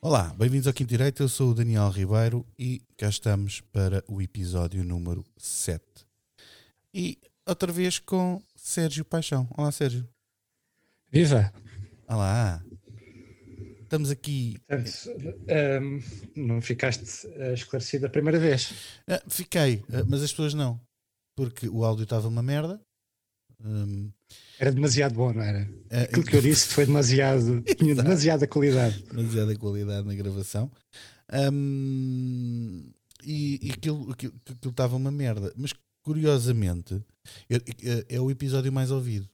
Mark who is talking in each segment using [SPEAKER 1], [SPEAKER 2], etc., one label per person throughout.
[SPEAKER 1] Olá, bem-vindos ao Quinto Direito. Eu sou o Daniel Ribeiro e cá estamos para o episódio número 7. E outra vez com Sérgio Paixão. Olá, Sérgio.
[SPEAKER 2] Viva!
[SPEAKER 1] Olá. Estamos aqui.
[SPEAKER 2] Portanto, hum, não ficaste eh, esclarecido a primeira vez.
[SPEAKER 1] Ah, fiquei, ah, mas as pessoas não. Porque o áudio estava uma merda. Hum,
[SPEAKER 2] Era demasiado bom, não era?
[SPEAKER 1] ah,
[SPEAKER 2] Aquilo que eu disse foi demasiado. tinha demasiada qualidade.
[SPEAKER 1] demasiada é qualidade na gravação. Ahm, e e aquilo aquilo- aquilo estava uma merda. Mas curiosamente, eu- eh, é o episódio mais ouvido.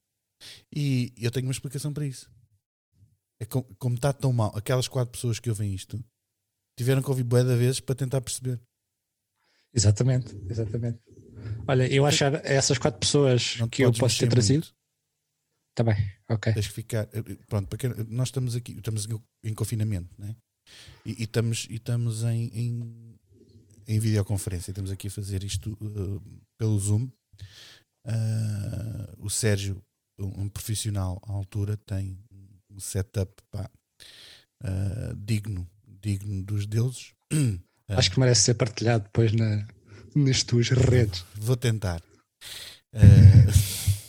[SPEAKER 1] E eu tenho uma explicação para isso. É com- como está tão mal, aquelas quatro pessoas que ouvem isto tiveram que ouvir bué da vezes para tentar perceber.
[SPEAKER 2] Exatamente, exatamente. Olha, eu achar essas quatro pessoas
[SPEAKER 1] Não te
[SPEAKER 2] que eu
[SPEAKER 1] podes
[SPEAKER 2] posso ter
[SPEAKER 1] mexer
[SPEAKER 2] trazido.
[SPEAKER 1] muito.
[SPEAKER 2] Está bem, ok.
[SPEAKER 1] Tens que ficar. eh, eh, Pronto, para quem- nós estamos aqui, estamos em confinamento, né? E, e estamos, e estamos em, em, em videoconferência. Estamos aqui a fazer isto eh, pelo Zoom. Ah, o Sérgio, um, um profissional à altura, tem um setup pá, ah, digno, digno dos deuses. É.
[SPEAKER 2] Acho que merece ser partilhado depois na, nas tuas redes.
[SPEAKER 1] Vou tentar. Ah,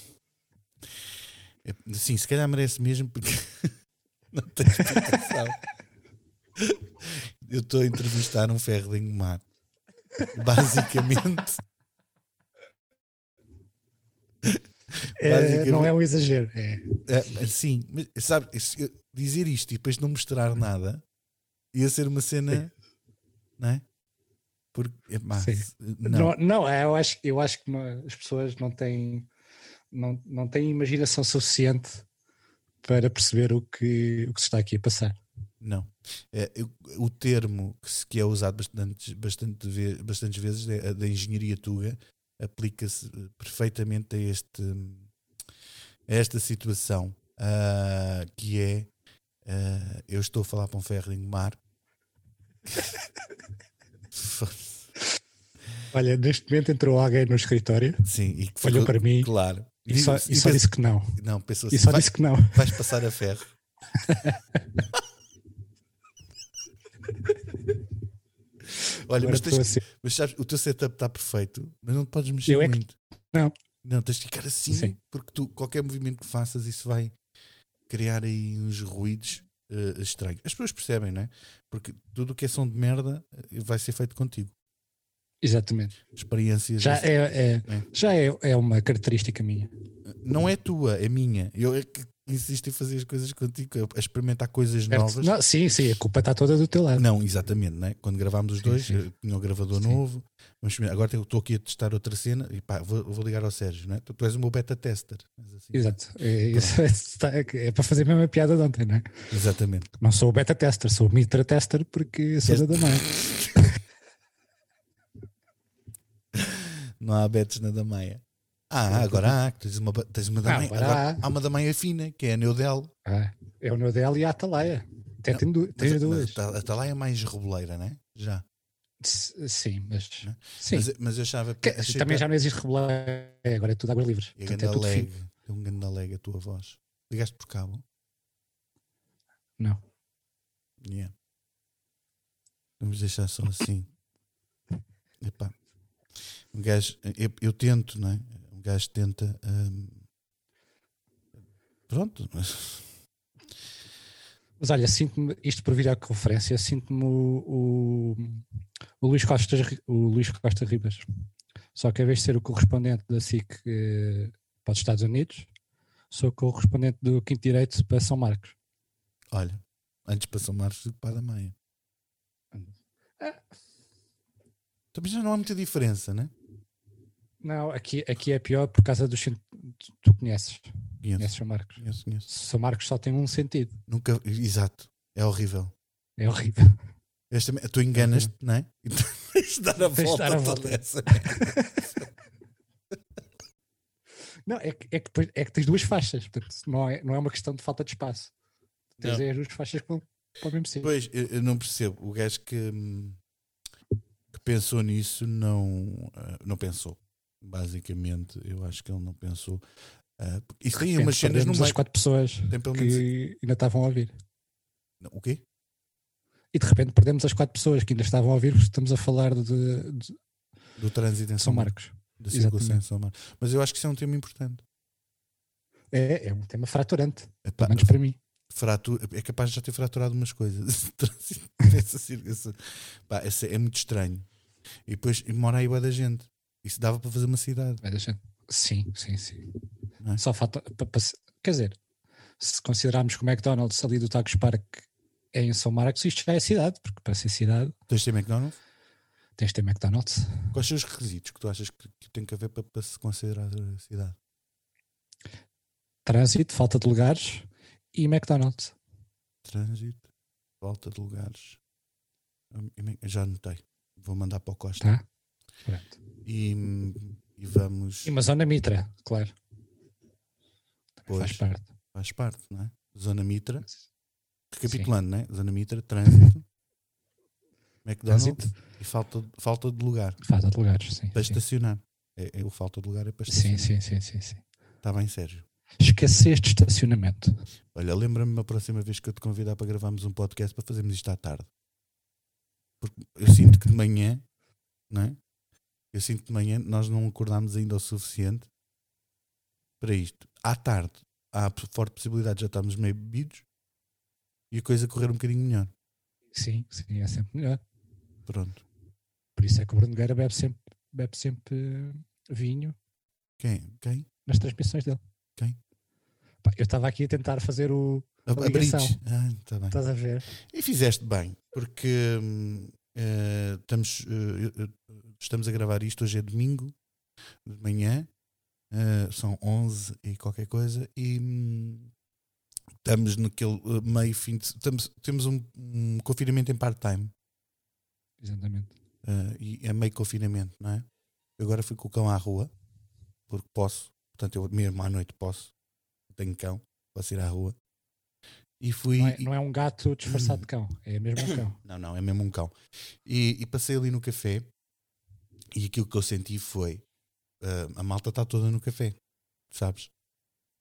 [SPEAKER 1] é, sim, se calhar merece mesmo porque não tenho explicação. Eu estou a entrevistar um ferro de engomar. Basicamente,
[SPEAKER 2] É,
[SPEAKER 1] Basicamente-
[SPEAKER 2] não é um exagero. É.
[SPEAKER 1] é, sim, mas sabe, isso- eu- dizer isto e depois não mostrar nada ia ser uma cena, não é? Porque, epá,
[SPEAKER 2] Sim.
[SPEAKER 1] se- não.
[SPEAKER 2] Não, não, é, eu acho, eu acho que não- as pessoas não têm, não, não têm imaginação suficiente para perceber o que, o que se está aqui a passar.
[SPEAKER 1] Não. É, eu- o termo que, se- que é usado bastante, bastante, ve- bastantes vezes é a da engenharia tuga aplica-se eh, perfeitamente a, este, a esta situação ah, que é ah, eu estou a falar para um ferro de engomar
[SPEAKER 2] Olha, neste momento entrou alguém no escritório
[SPEAKER 1] sim e que
[SPEAKER 2] Olhou
[SPEAKER 1] ficou-
[SPEAKER 2] para mim
[SPEAKER 1] claro
[SPEAKER 2] e só, e só
[SPEAKER 1] pensa-
[SPEAKER 2] disse que não.
[SPEAKER 1] não pensou
[SPEAKER 2] E
[SPEAKER 1] assim,
[SPEAKER 2] só
[SPEAKER 1] "Vai-
[SPEAKER 2] disse que não.
[SPEAKER 1] vais passar a ferro Olha,
[SPEAKER 2] Agora
[SPEAKER 1] mas tens,
[SPEAKER 2] estou a ser-
[SPEAKER 1] Mas sabes, o teu setup está perfeito, mas não te podes mexer
[SPEAKER 2] Eu é que-
[SPEAKER 1] muito.
[SPEAKER 2] não.
[SPEAKER 1] Não, tens de ficar assim,
[SPEAKER 2] Sim.
[SPEAKER 1] porque tu, qualquer movimento que faças, isso vai criar aí uns ruídos eh, estranhos. As pessoas percebem, não é? Porque tudo o que é som de merda eh, vai ser feito contigo.
[SPEAKER 2] Exatamente.
[SPEAKER 1] Experiências.
[SPEAKER 2] Já
[SPEAKER 1] desse-
[SPEAKER 2] é, é-
[SPEAKER 1] É.
[SPEAKER 2] já é, é uma característica minha.
[SPEAKER 1] Não é tua, é minha. Eu é que insisto em fazer as coisas contigo, eu- a experimentar coisas
[SPEAKER 2] Certo?
[SPEAKER 1] novas.
[SPEAKER 2] Não, sim, sim, a culpa está toda do teu lado.
[SPEAKER 1] Não, exatamente, né? quando gravámos os
[SPEAKER 2] Sim,
[SPEAKER 1] dois,
[SPEAKER 2] sim.
[SPEAKER 1] eu tinha o gravador
[SPEAKER 2] Sim.
[SPEAKER 1] novo. Vamos experimentar. agora eu estou aqui a testar outra cena e pá, vou, vou ligar ao Sérgio, né? tu, tu és o meu beta tester. Mas assim,
[SPEAKER 2] Exato. É, isso- está- é para fazer a mesma piada de ontem, não é?
[SPEAKER 1] Exatamente.
[SPEAKER 2] Não sou o beta tester, sou o mitra tester porque sou da Damai.
[SPEAKER 1] Não há betes na da Maia. Ah,
[SPEAKER 2] Sim.
[SPEAKER 1] agora há, que tens uma, ba- tens uma da
[SPEAKER 2] Ah,
[SPEAKER 1] Maia.
[SPEAKER 2] agora
[SPEAKER 1] Agora
[SPEAKER 2] há.
[SPEAKER 1] há uma da Maia fina, que é a Neudel.
[SPEAKER 2] Ah, é o Neodel e a Atalaia. Até
[SPEAKER 1] Não,
[SPEAKER 2] tem du-
[SPEAKER 1] Mas
[SPEAKER 2] tens
[SPEAKER 1] a-
[SPEAKER 2] duas.
[SPEAKER 1] mas A a Talaia é mais reboleira, né? Já.
[SPEAKER 2] S- Sim, mas.
[SPEAKER 1] Não? é?
[SPEAKER 2] Sim.
[SPEAKER 1] Mas, mas eu achava
[SPEAKER 2] Que-
[SPEAKER 1] que. achei
[SPEAKER 2] também
[SPEAKER 1] que-
[SPEAKER 2] já não existe reboleiro. É, agora é tudo águas livres.
[SPEAKER 1] E a
[SPEAKER 2] Portanto, é
[SPEAKER 1] ganda
[SPEAKER 2] tudo
[SPEAKER 1] lag.
[SPEAKER 2] fino.
[SPEAKER 1] Tem um ganda lag a tua voz. Ligaste por cabo?
[SPEAKER 2] Não.
[SPEAKER 1] Yeah. Vamos deixar só assim. Epá. Um gajo, eu, eu tento, não é? Um gajo tenta. hum, Pronto, mas
[SPEAKER 2] Mas olha, sinto-me, isto por vir à conferência, sinto-me o, o, o Luís Costa, o Luís Costa Ribas. Só que em vez de ser o correspondente da SIC eh, para os Estados Unidos, sou correspondente do Quinto Direito para São Marcos.
[SPEAKER 1] olha, antes para São Marcos do que para a da Maia.
[SPEAKER 2] Ah,
[SPEAKER 1] Também já não há muita diferença, né?
[SPEAKER 2] não, aqui, aqui é pior por causa dos. cent- Tu, tu conheces,
[SPEAKER 1] Conheço,
[SPEAKER 2] conheces São Marcos.
[SPEAKER 1] conheço, conheço.
[SPEAKER 2] São Marcos só tem um sentido.
[SPEAKER 1] Nunca, exato, é horrível.
[SPEAKER 2] É horrível.
[SPEAKER 1] Esta, tu enganas-te, não é? E tens de dar a
[SPEAKER 2] Uhum. Tens de
[SPEAKER 1] volta
[SPEAKER 2] dar a
[SPEAKER 1] a toda
[SPEAKER 2] volta.
[SPEAKER 1] essa.
[SPEAKER 2] Não, é que, é que, depois- é que tens duas faixas, portanto, não é, não é uma questão de falta de espaço. Tens
[SPEAKER 1] Não.
[SPEAKER 2] é as duas faixas que vão para o mesmo sítio.
[SPEAKER 1] Pois, eu, eu não percebo. O gajo que, hum, que pensou nisso não, ah, não pensou. Basicamente, eu acho que ele não pensou. Ah, porque isso tem
[SPEAKER 2] Portanto,
[SPEAKER 1] umas cenas no
[SPEAKER 2] perdemos as
[SPEAKER 1] meio.
[SPEAKER 2] quatro pessoas
[SPEAKER 1] Tem pelo menos.
[SPEAKER 2] que ainda estavam a ouvir.
[SPEAKER 1] não, O quê?
[SPEAKER 2] e de repente perdemos as quatro pessoas que ainda estavam a ouvir, porque estamos a falar de, de
[SPEAKER 1] do trânsito em
[SPEAKER 2] São Marcos.
[SPEAKER 1] Da circulação em São Marcos. Mas eu acho que isso é um tema importante.
[SPEAKER 2] É, é um tema fraturante,
[SPEAKER 1] Epá,
[SPEAKER 2] pelo menos para mim.
[SPEAKER 1] fratura, é capaz de já ter fraturado umas coisas. Trânsito, essa, cir- essa- pá, essa é muito estranho. E depois e mora aí bué da gente. Isso dava para fazer uma cidade.
[SPEAKER 2] Vai deixar- Sim, sim, sim.
[SPEAKER 1] Não é?
[SPEAKER 2] Só falta. pa- pa- se- quer dizer, se considerarmos que o McDonald's ali do Tacos Park é em São Marcos, isto já é cidade, porque para ser cidade
[SPEAKER 1] Tens de ter McDonald's?
[SPEAKER 2] tens de ter McDonald's.
[SPEAKER 1] Quais são os requisitos que tu achas que, que tem que haver para, para se considerar a cidade?
[SPEAKER 2] Trânsito, falta de lugares e McDonald's.
[SPEAKER 1] Trânsito, falta de lugares. Hum, e me- Já anotei. Vou mandar para o Costa.
[SPEAKER 2] Tá? Pronto.
[SPEAKER 1] E, e vamos.
[SPEAKER 2] E uma zona mitra, claro. Também
[SPEAKER 1] Pois.
[SPEAKER 2] Faz parte.
[SPEAKER 1] Faz parte, não é? Zona Mitra. Recapitulando, não é? Zona Mitra, trânsito, McDonald's e falta, falta de lugar
[SPEAKER 2] Falta de lugares, sim.
[SPEAKER 1] para
[SPEAKER 2] sim.
[SPEAKER 1] estacionar. É, é o falta de lugar é para
[SPEAKER 2] Sim,
[SPEAKER 1] estacionar.
[SPEAKER 2] sim, sim, sim, sim.
[SPEAKER 1] Está bem, Sérgio.
[SPEAKER 2] Esqueceste estacionamento.
[SPEAKER 1] Olha, lembra-me a próxima vez que eu te convidar para gravarmos um podcast para fazermos isto à tarde. Porque eu sinto que de manhã, não é? Eu sinto que de manhã nós não acordámos ainda o suficiente para isto. À tarde há forte possibilidade de já estarmos meio bebidos e a coisa correr um bocadinho melhor.
[SPEAKER 2] Sim, sim, é sempre melhor.
[SPEAKER 1] Pronto.
[SPEAKER 2] Por isso é que o Bruno Gueira bebe sempre, bebe sempre eh, vinho
[SPEAKER 1] Quem? Quem?
[SPEAKER 2] nas transmissões dele.
[SPEAKER 1] Quem?
[SPEAKER 2] Pá, eu estava aqui a tentar fazer o.
[SPEAKER 1] A, a
[SPEAKER 2] ligação.
[SPEAKER 1] Bridge. Ah, tá bem.
[SPEAKER 2] Estás a ver?
[SPEAKER 1] E fizeste bem, porque hum, eh, estamos, eh, eh, estamos a gravar isto. Hoje é domingo de manhã, eh, são 11 e qualquer coisa, e hum, estamos naquele eh, meio fim de. Estamos, temos um, um confinamento em part-time
[SPEAKER 2] Exatamente.
[SPEAKER 1] eh, e é meio confinamento, não é? Eu agora fui com o cão à rua, porque posso, portanto, eu mesmo à noite posso, tenho cão, posso ir à rua. E Hum. fui.
[SPEAKER 2] Não é, não é um gato disfarçado de cão, é mesmo um cão.
[SPEAKER 1] Não, não, é mesmo um cão. E, e passei ali no café e aquilo que eu senti foi ah, a malta está toda no café, sabes?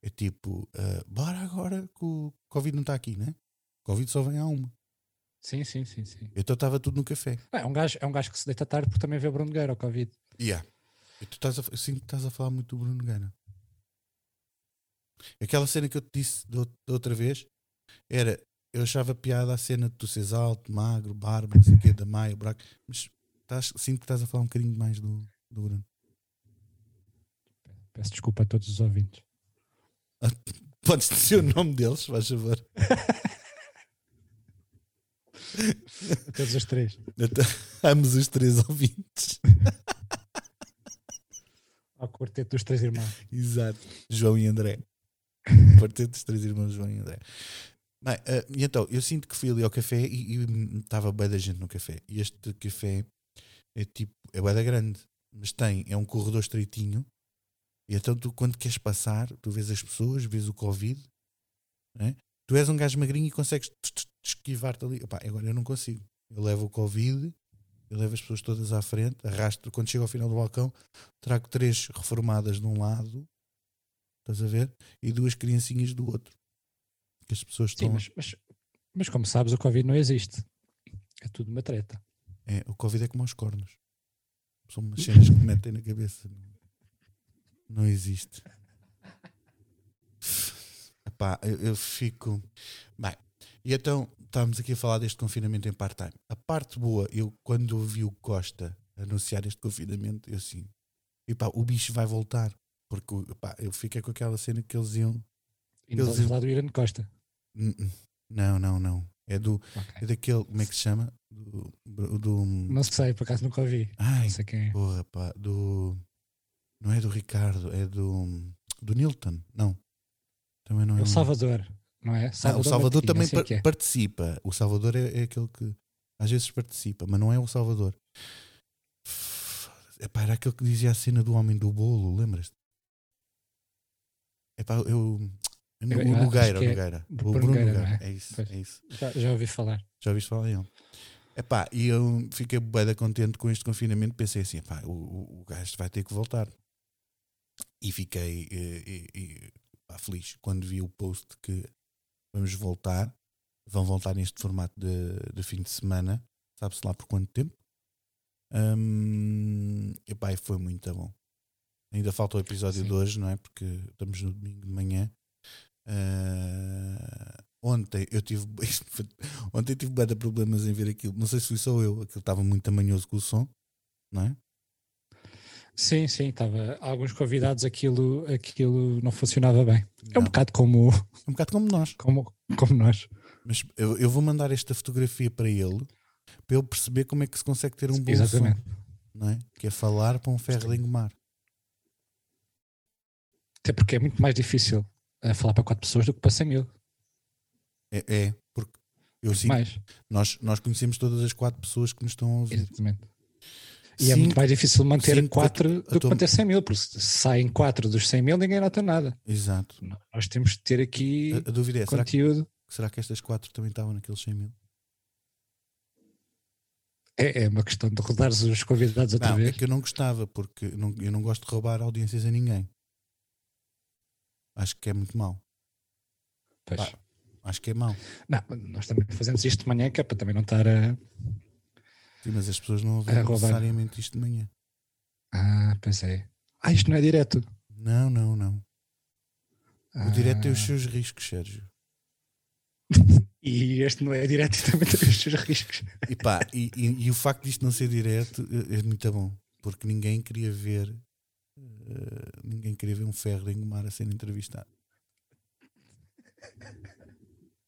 [SPEAKER 1] É tipo, ah, bora agora que o Covid não está aqui, né? O Covid só vem a uma.
[SPEAKER 2] Sim, sim, sim, sim.
[SPEAKER 1] Então estava tudo no café.
[SPEAKER 2] Ah, é, um gajo, é um gajo que se deita tarde porque também vê o Bruno Gueira ao Covid.
[SPEAKER 1] Yeah. E tu estás a, eu sinto que estás a falar muito do Bruno Gana. Aquela cena que eu te disse da out- da outra vez era. Eu achava piada a cena de tu seres alto, magro, barba, não sei o quê, da maia, buraco. Mas estás, sinto que estás a falar um bocadinho mais do, do Bruno.
[SPEAKER 2] Peço desculpa a todos os ouvintes.
[SPEAKER 1] Podes dizer o nome deles, faz favor.
[SPEAKER 2] A todos os três.
[SPEAKER 1] Até- Ambos os três ouvintes.
[SPEAKER 2] Ao quarteto dos três irmãos.
[SPEAKER 1] Exato. João e André. Quarteto dos três irmãos João e André. Bem, ah, e então, eu sinto que fui ali ao café e e estava bem da gente no café. E este café é tipo, é bué da grande, mas tem, é um corredor estreitinho. E então tu, quando queres passar, tu vês as pessoas, vês o Covid. né? Tu és um gajo magrinho e consegues t- t- esquivar-te ali. Opá, agora eu não consigo. Eu levo o Covid, eu levo as pessoas todas à frente, arrastro. Quando chego ao final do balcão, trago três reformadas de um lado, estás a ver? E duas criancinhas do outro. Que as pessoas
[SPEAKER 2] Sim,
[SPEAKER 1] estão.
[SPEAKER 2] mas, mas, mas como sabes, o Covid não existe. É tudo uma treta.
[SPEAKER 1] É, o Covid é como aos cornos. São umas cenas que metem na cabeça. Não existe. Epá, eu, eu fico. Bem, e então estávamos aqui a falar deste confinamento em part-time. A parte boa, eu quando ouvi o Costa anunciar este confinamento, eu assim, epá, o bicho vai voltar. Porque epá, eu fiquei com aquela cena que eles iam.
[SPEAKER 2] E não
[SPEAKER 1] Eles-
[SPEAKER 2] vamos lá do Irene Costa.
[SPEAKER 1] "N- n- Não, não, não. É do. É
[SPEAKER 2] Ok.
[SPEAKER 1] daquele. Como é que se chama? Do. do
[SPEAKER 2] Não sei, por acaso nunca ouvi.
[SPEAKER 1] ai,
[SPEAKER 2] Não sei quem é.
[SPEAKER 1] Porra, pá, do. Não é do Ricardo, é do. Do Nilton, não. Também não é.
[SPEAKER 2] É
[SPEAKER 1] um-
[SPEAKER 2] o Salvador, não é?
[SPEAKER 1] Ah, o Salvador
[SPEAKER 2] Martinho,
[SPEAKER 1] também
[SPEAKER 2] assim
[SPEAKER 1] par-
[SPEAKER 2] que é.
[SPEAKER 1] participa. O Salvador é, é aquele que às vezes participa, mas não é o Salvador. Epá, era aquele que dizia a cena do homem do bolo, lembras-te? Epá, eu. O
[SPEAKER 2] Eu- eu acho
[SPEAKER 1] Nogueira, o
[SPEAKER 2] que é
[SPEAKER 1] Nogueira. O
[SPEAKER 2] Bruno
[SPEAKER 1] Bruno
[SPEAKER 2] Nogueira,
[SPEAKER 1] Nogueira.
[SPEAKER 2] não
[SPEAKER 1] É isso,
[SPEAKER 2] Pois.
[SPEAKER 1] é isso.
[SPEAKER 2] Já, já ouvi falar.
[SPEAKER 1] Já ouviste falar dele? Epá, e eu fiquei bué contente com este confinamento. Pensei assim, epá, o, o, o gajo vai ter que voltar. E fiquei eh, eh, eh, pá, feliz quando vi o post que vamos voltar vão voltar neste formato de, de fim de semana, sabe-se lá por quanto tempo. Hum, epá, e foi muito bom. Ainda falta o episódio
[SPEAKER 2] Sim.
[SPEAKER 1] de hoje, não é? Porque estamos no domingo de manhã. Ah, ontem eu tive isto foi- ontem tive bué de problemas em ver aquilo. Não sei se fui só eu, aquilo estava muito tamanhoso com o som, não é?
[SPEAKER 2] Sim, sim, estava. Alguns convidados aquilo, aquilo não funcionava bem. É um
[SPEAKER 1] Não.
[SPEAKER 2] bocado como,
[SPEAKER 1] É um bocado como nós.
[SPEAKER 2] como, como nós.
[SPEAKER 1] Mas eu, eu vou mandar esta fotografia para ele para ele perceber como é que se consegue ter um bom som,
[SPEAKER 2] Exatamente.
[SPEAKER 1] não é? Que é falar para um ferro de engomar.
[SPEAKER 2] Até porque é muito mais difícil eh, falar para quatro pessoas do que para 100 mil.
[SPEAKER 1] É, é, porque eu sinto,
[SPEAKER 2] Mais,
[SPEAKER 1] nós, nós conhecemos todas as quatro pessoas que nos estão a ouvir.
[SPEAKER 2] exatamente. E é
[SPEAKER 1] Cinco-
[SPEAKER 2] muito mais difícil manter
[SPEAKER 1] cinco, então-
[SPEAKER 2] quatro
[SPEAKER 1] a
[SPEAKER 2] do que
[SPEAKER 1] tua-
[SPEAKER 2] manter 100 mil, porque se saem quatro dos 100 mil, ninguém nota nada.
[SPEAKER 1] Exato.
[SPEAKER 2] Nós temos de ter aqui
[SPEAKER 1] A, a dúvida é, será que,
[SPEAKER 2] conteúdo.
[SPEAKER 1] será que estas quatro também estavam naqueles 100 mil?
[SPEAKER 2] É, é uma questão de rodares os convidados outra
[SPEAKER 1] Não, é
[SPEAKER 2] vez.
[SPEAKER 1] que eu não gostava, porque eu não, eu não gosto de roubar audiências a ninguém. Acho que é muito mau.
[SPEAKER 2] Pois.
[SPEAKER 1] pá. Acho que é mau.
[SPEAKER 2] Não, nós também fazemos isto de manhã, que é para também não estar a.
[SPEAKER 1] Sim, mas as pessoas não ouvem
[SPEAKER 2] É roubar.
[SPEAKER 1] necessariamente isto de manhã.
[SPEAKER 2] Ah, pensei. Ah, isto não é direto.
[SPEAKER 1] Não, não, não.
[SPEAKER 2] Ah,
[SPEAKER 1] O direto tem os seus riscos, Sérgio.
[SPEAKER 2] E este não é direto e também tem os seus riscos.
[SPEAKER 1] E pá, e, e- e o facto disto não ser direto é é muito bom, porque ninguém queria ver eh, ninguém queria ver um ferro de engomar a ser entrevistado.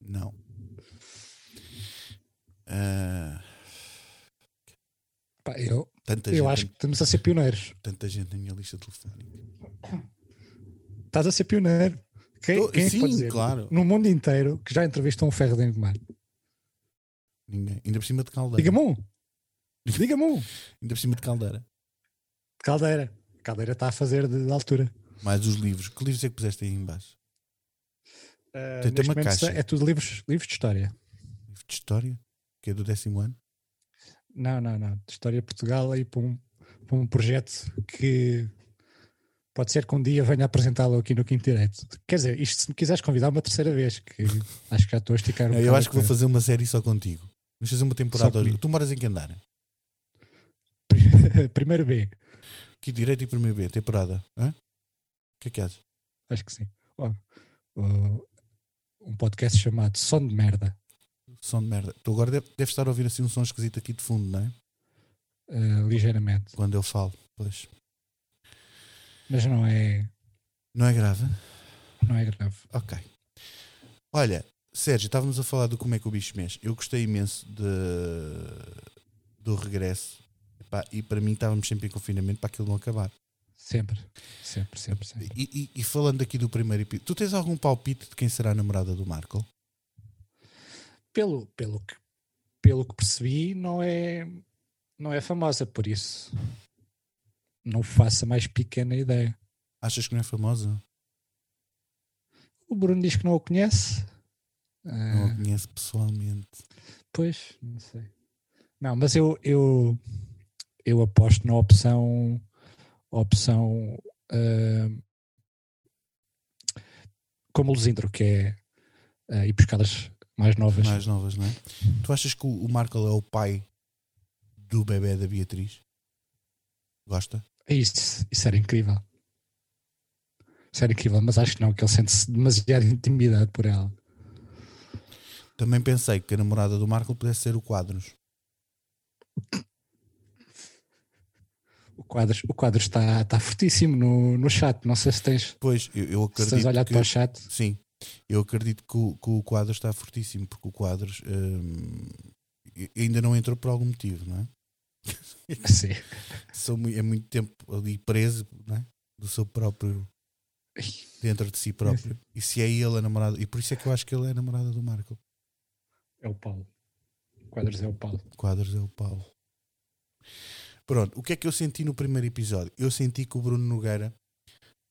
[SPEAKER 1] Não. Ah,
[SPEAKER 2] Pá, eu
[SPEAKER 1] tanta,
[SPEAKER 2] eu
[SPEAKER 1] gente,
[SPEAKER 2] acho que estamos a ser pioneiros.
[SPEAKER 1] tanta gente na minha lista telefónica.
[SPEAKER 2] Estás a ser pioneiro. Quem,
[SPEAKER 1] Tô-
[SPEAKER 2] quem é que
[SPEAKER 1] sim,
[SPEAKER 2] pode dizer?
[SPEAKER 1] claro.
[SPEAKER 2] No mundo inteiro que já entrevistou um ferro de engomar.
[SPEAKER 1] Ninguém. Ainda por cima de caldeira.
[SPEAKER 2] Diga-me um. Diga-me um.
[SPEAKER 1] Ainda por cima de caldeira.
[SPEAKER 2] Caldeira. Caldeira está a fazer de, de altura.
[SPEAKER 1] Mais os livros. Que livros é que puseste aí em baixo?
[SPEAKER 2] Ah,
[SPEAKER 1] Tem- tem
[SPEAKER 2] neste
[SPEAKER 1] uma
[SPEAKER 2] momento
[SPEAKER 1] caixa.
[SPEAKER 2] É tudo livros, livros de história.
[SPEAKER 1] Livro de história? Que é do décimo ano?
[SPEAKER 2] Não, não, não. De História de Portugal aí para um, para um projeto que pode ser que um dia venha apresentá-lo aqui no Quinto Direito. Quer dizer, isto se me quiseres convidar uma terceira vez, que acho que já estou a esticar um
[SPEAKER 1] eu acho que vou
[SPEAKER 2] bocado a
[SPEAKER 1] fazer uma série só contigo. Vamos fazer uma temporada.
[SPEAKER 2] comigo.
[SPEAKER 1] Tu moras em que andar?
[SPEAKER 2] coisa. Primeiro B,
[SPEAKER 1] Que direito e primeiro B, temporada. Hã? O que é que és?
[SPEAKER 2] acho que sim. Ó, ó, um podcast chamado Som de Merda.
[SPEAKER 1] Som de merda. Tu agora deve- deves estar a ouvir assim um som esquisito aqui de fundo, não é?
[SPEAKER 2] ah, ligeiramente.
[SPEAKER 1] Quando eu falo. Pois.
[SPEAKER 2] Mas não é,
[SPEAKER 1] Não é grave?
[SPEAKER 2] não é grave.
[SPEAKER 1] Ok. Olha, Sérgio, estávamos a falar do como é que o bicho mexe. Eu gostei imenso de, do regresso. Epá, e para mim estávamos sempre em confinamento para aquilo não acabar.
[SPEAKER 2] Sempre, sempre, sempre, sempre.
[SPEAKER 1] E, e- e falando aqui do primeiro episódio, tu tens algum palpite de quem será a namorada do Marco?
[SPEAKER 2] pelo, pelo, que, pelo que percebi, não é, não é famosa, por isso não faço a mais pequena ideia.
[SPEAKER 1] Achas que não é famosa?
[SPEAKER 2] O Bruno diz que não o conhece. Ah,
[SPEAKER 1] Não a conheço pessoalmente.
[SPEAKER 2] Pois, não sei. Não, mas eu, eu, eu aposto na opção opção ah, como Luzindro, que é ah, ir buscá-las mais novas.
[SPEAKER 1] mais novas, não é? Tu achas que o o Marco é o pai do bebê da Beatriz? Gosta?
[SPEAKER 2] É Isso, isso era incrível. Isso era incrível, mas acho que não, que ele sente-se demasiado intimidado por ela.
[SPEAKER 1] Também pensei que a namorada do Marco pudesse ser o Quadros.
[SPEAKER 2] O quadro, o quadro está, está fortíssimo no, no chat. Não sei se tens,
[SPEAKER 1] Pois, eu, eu
[SPEAKER 2] se
[SPEAKER 1] acredito.
[SPEAKER 2] tens olhado
[SPEAKER 1] que, é.
[SPEAKER 2] para o chat.
[SPEAKER 1] Sim, eu acredito que o, que o Quadros está fortíssimo, porque o Quadros hum, e- ainda não entrou por algum motivo, não é?
[SPEAKER 2] Sim.
[SPEAKER 1] São mui- é muito tempo ali preso, não é? Do seu próprio. dentro de si próprio. E se é ele a namorada. E por isso é que eu acho que ele é a namorada do Marco.
[SPEAKER 2] É o Paulo. O quadro é o Paulo.
[SPEAKER 1] Quadros é o Paulo. Pronto, o que é que eu senti no primeiro episódio? Eu senti que o Bruno Nogueira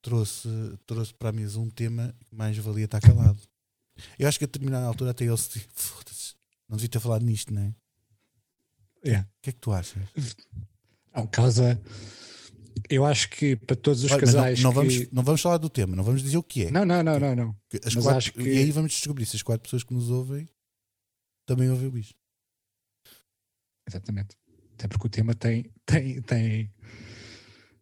[SPEAKER 1] trouxe, trouxe para a mesa um tema que mais valia estar calado. Eu acho que a determinada altura até ele se disse, foda-se, não devia ter falado nisto, não é?
[SPEAKER 2] É.
[SPEAKER 1] O que é que tu achas?
[SPEAKER 2] Não, causa. um Eu acho que para todos os
[SPEAKER 1] Olha, mas
[SPEAKER 2] casais.
[SPEAKER 1] não, não
[SPEAKER 2] que-
[SPEAKER 1] vamos, não vamos falar do tema, não vamos dizer o que é.
[SPEAKER 2] não, não, não, não, não.
[SPEAKER 1] Porque as
[SPEAKER 2] mas
[SPEAKER 1] quatro-
[SPEAKER 2] acho que-
[SPEAKER 1] E aí vamos descobrir se as quatro pessoas que nos ouvem também ouviu isto.
[SPEAKER 2] Exatamente. Até porque o tema tem, tem, tem.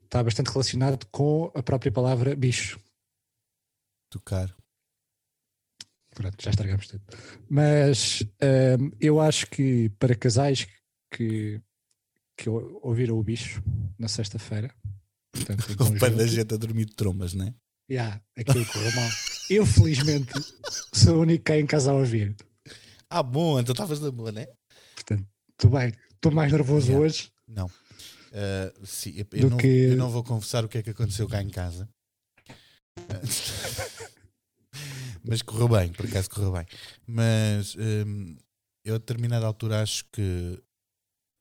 [SPEAKER 2] Está bastante relacionado com a própria palavra bicho.
[SPEAKER 1] Tocar.
[SPEAKER 2] Pronto, já estragamos tudo. Mas hum, eu acho que para casais que, que ou- ouviram o bicho na sexta-feira, portanto, em
[SPEAKER 1] Com
[SPEAKER 2] conjunto,
[SPEAKER 1] da gente a dormir de trombas, né?
[SPEAKER 2] yeah, aquilo correu mal. Eu, felizmente, sou o único cá em casa a ouvir.
[SPEAKER 1] Ah, bom, então estavas na boa, né?
[SPEAKER 2] Portanto, estou bem. Estou mais nervoso
[SPEAKER 1] Yeah.
[SPEAKER 2] hoje.
[SPEAKER 1] Não. Ah, sim, eu, eu
[SPEAKER 2] Do
[SPEAKER 1] não,
[SPEAKER 2] que-
[SPEAKER 1] eu não vou confessar o que é que aconteceu cá em casa. Ah, Mas correu bem, por acaso correu bem. Mas hum, eu a determinada altura acho que,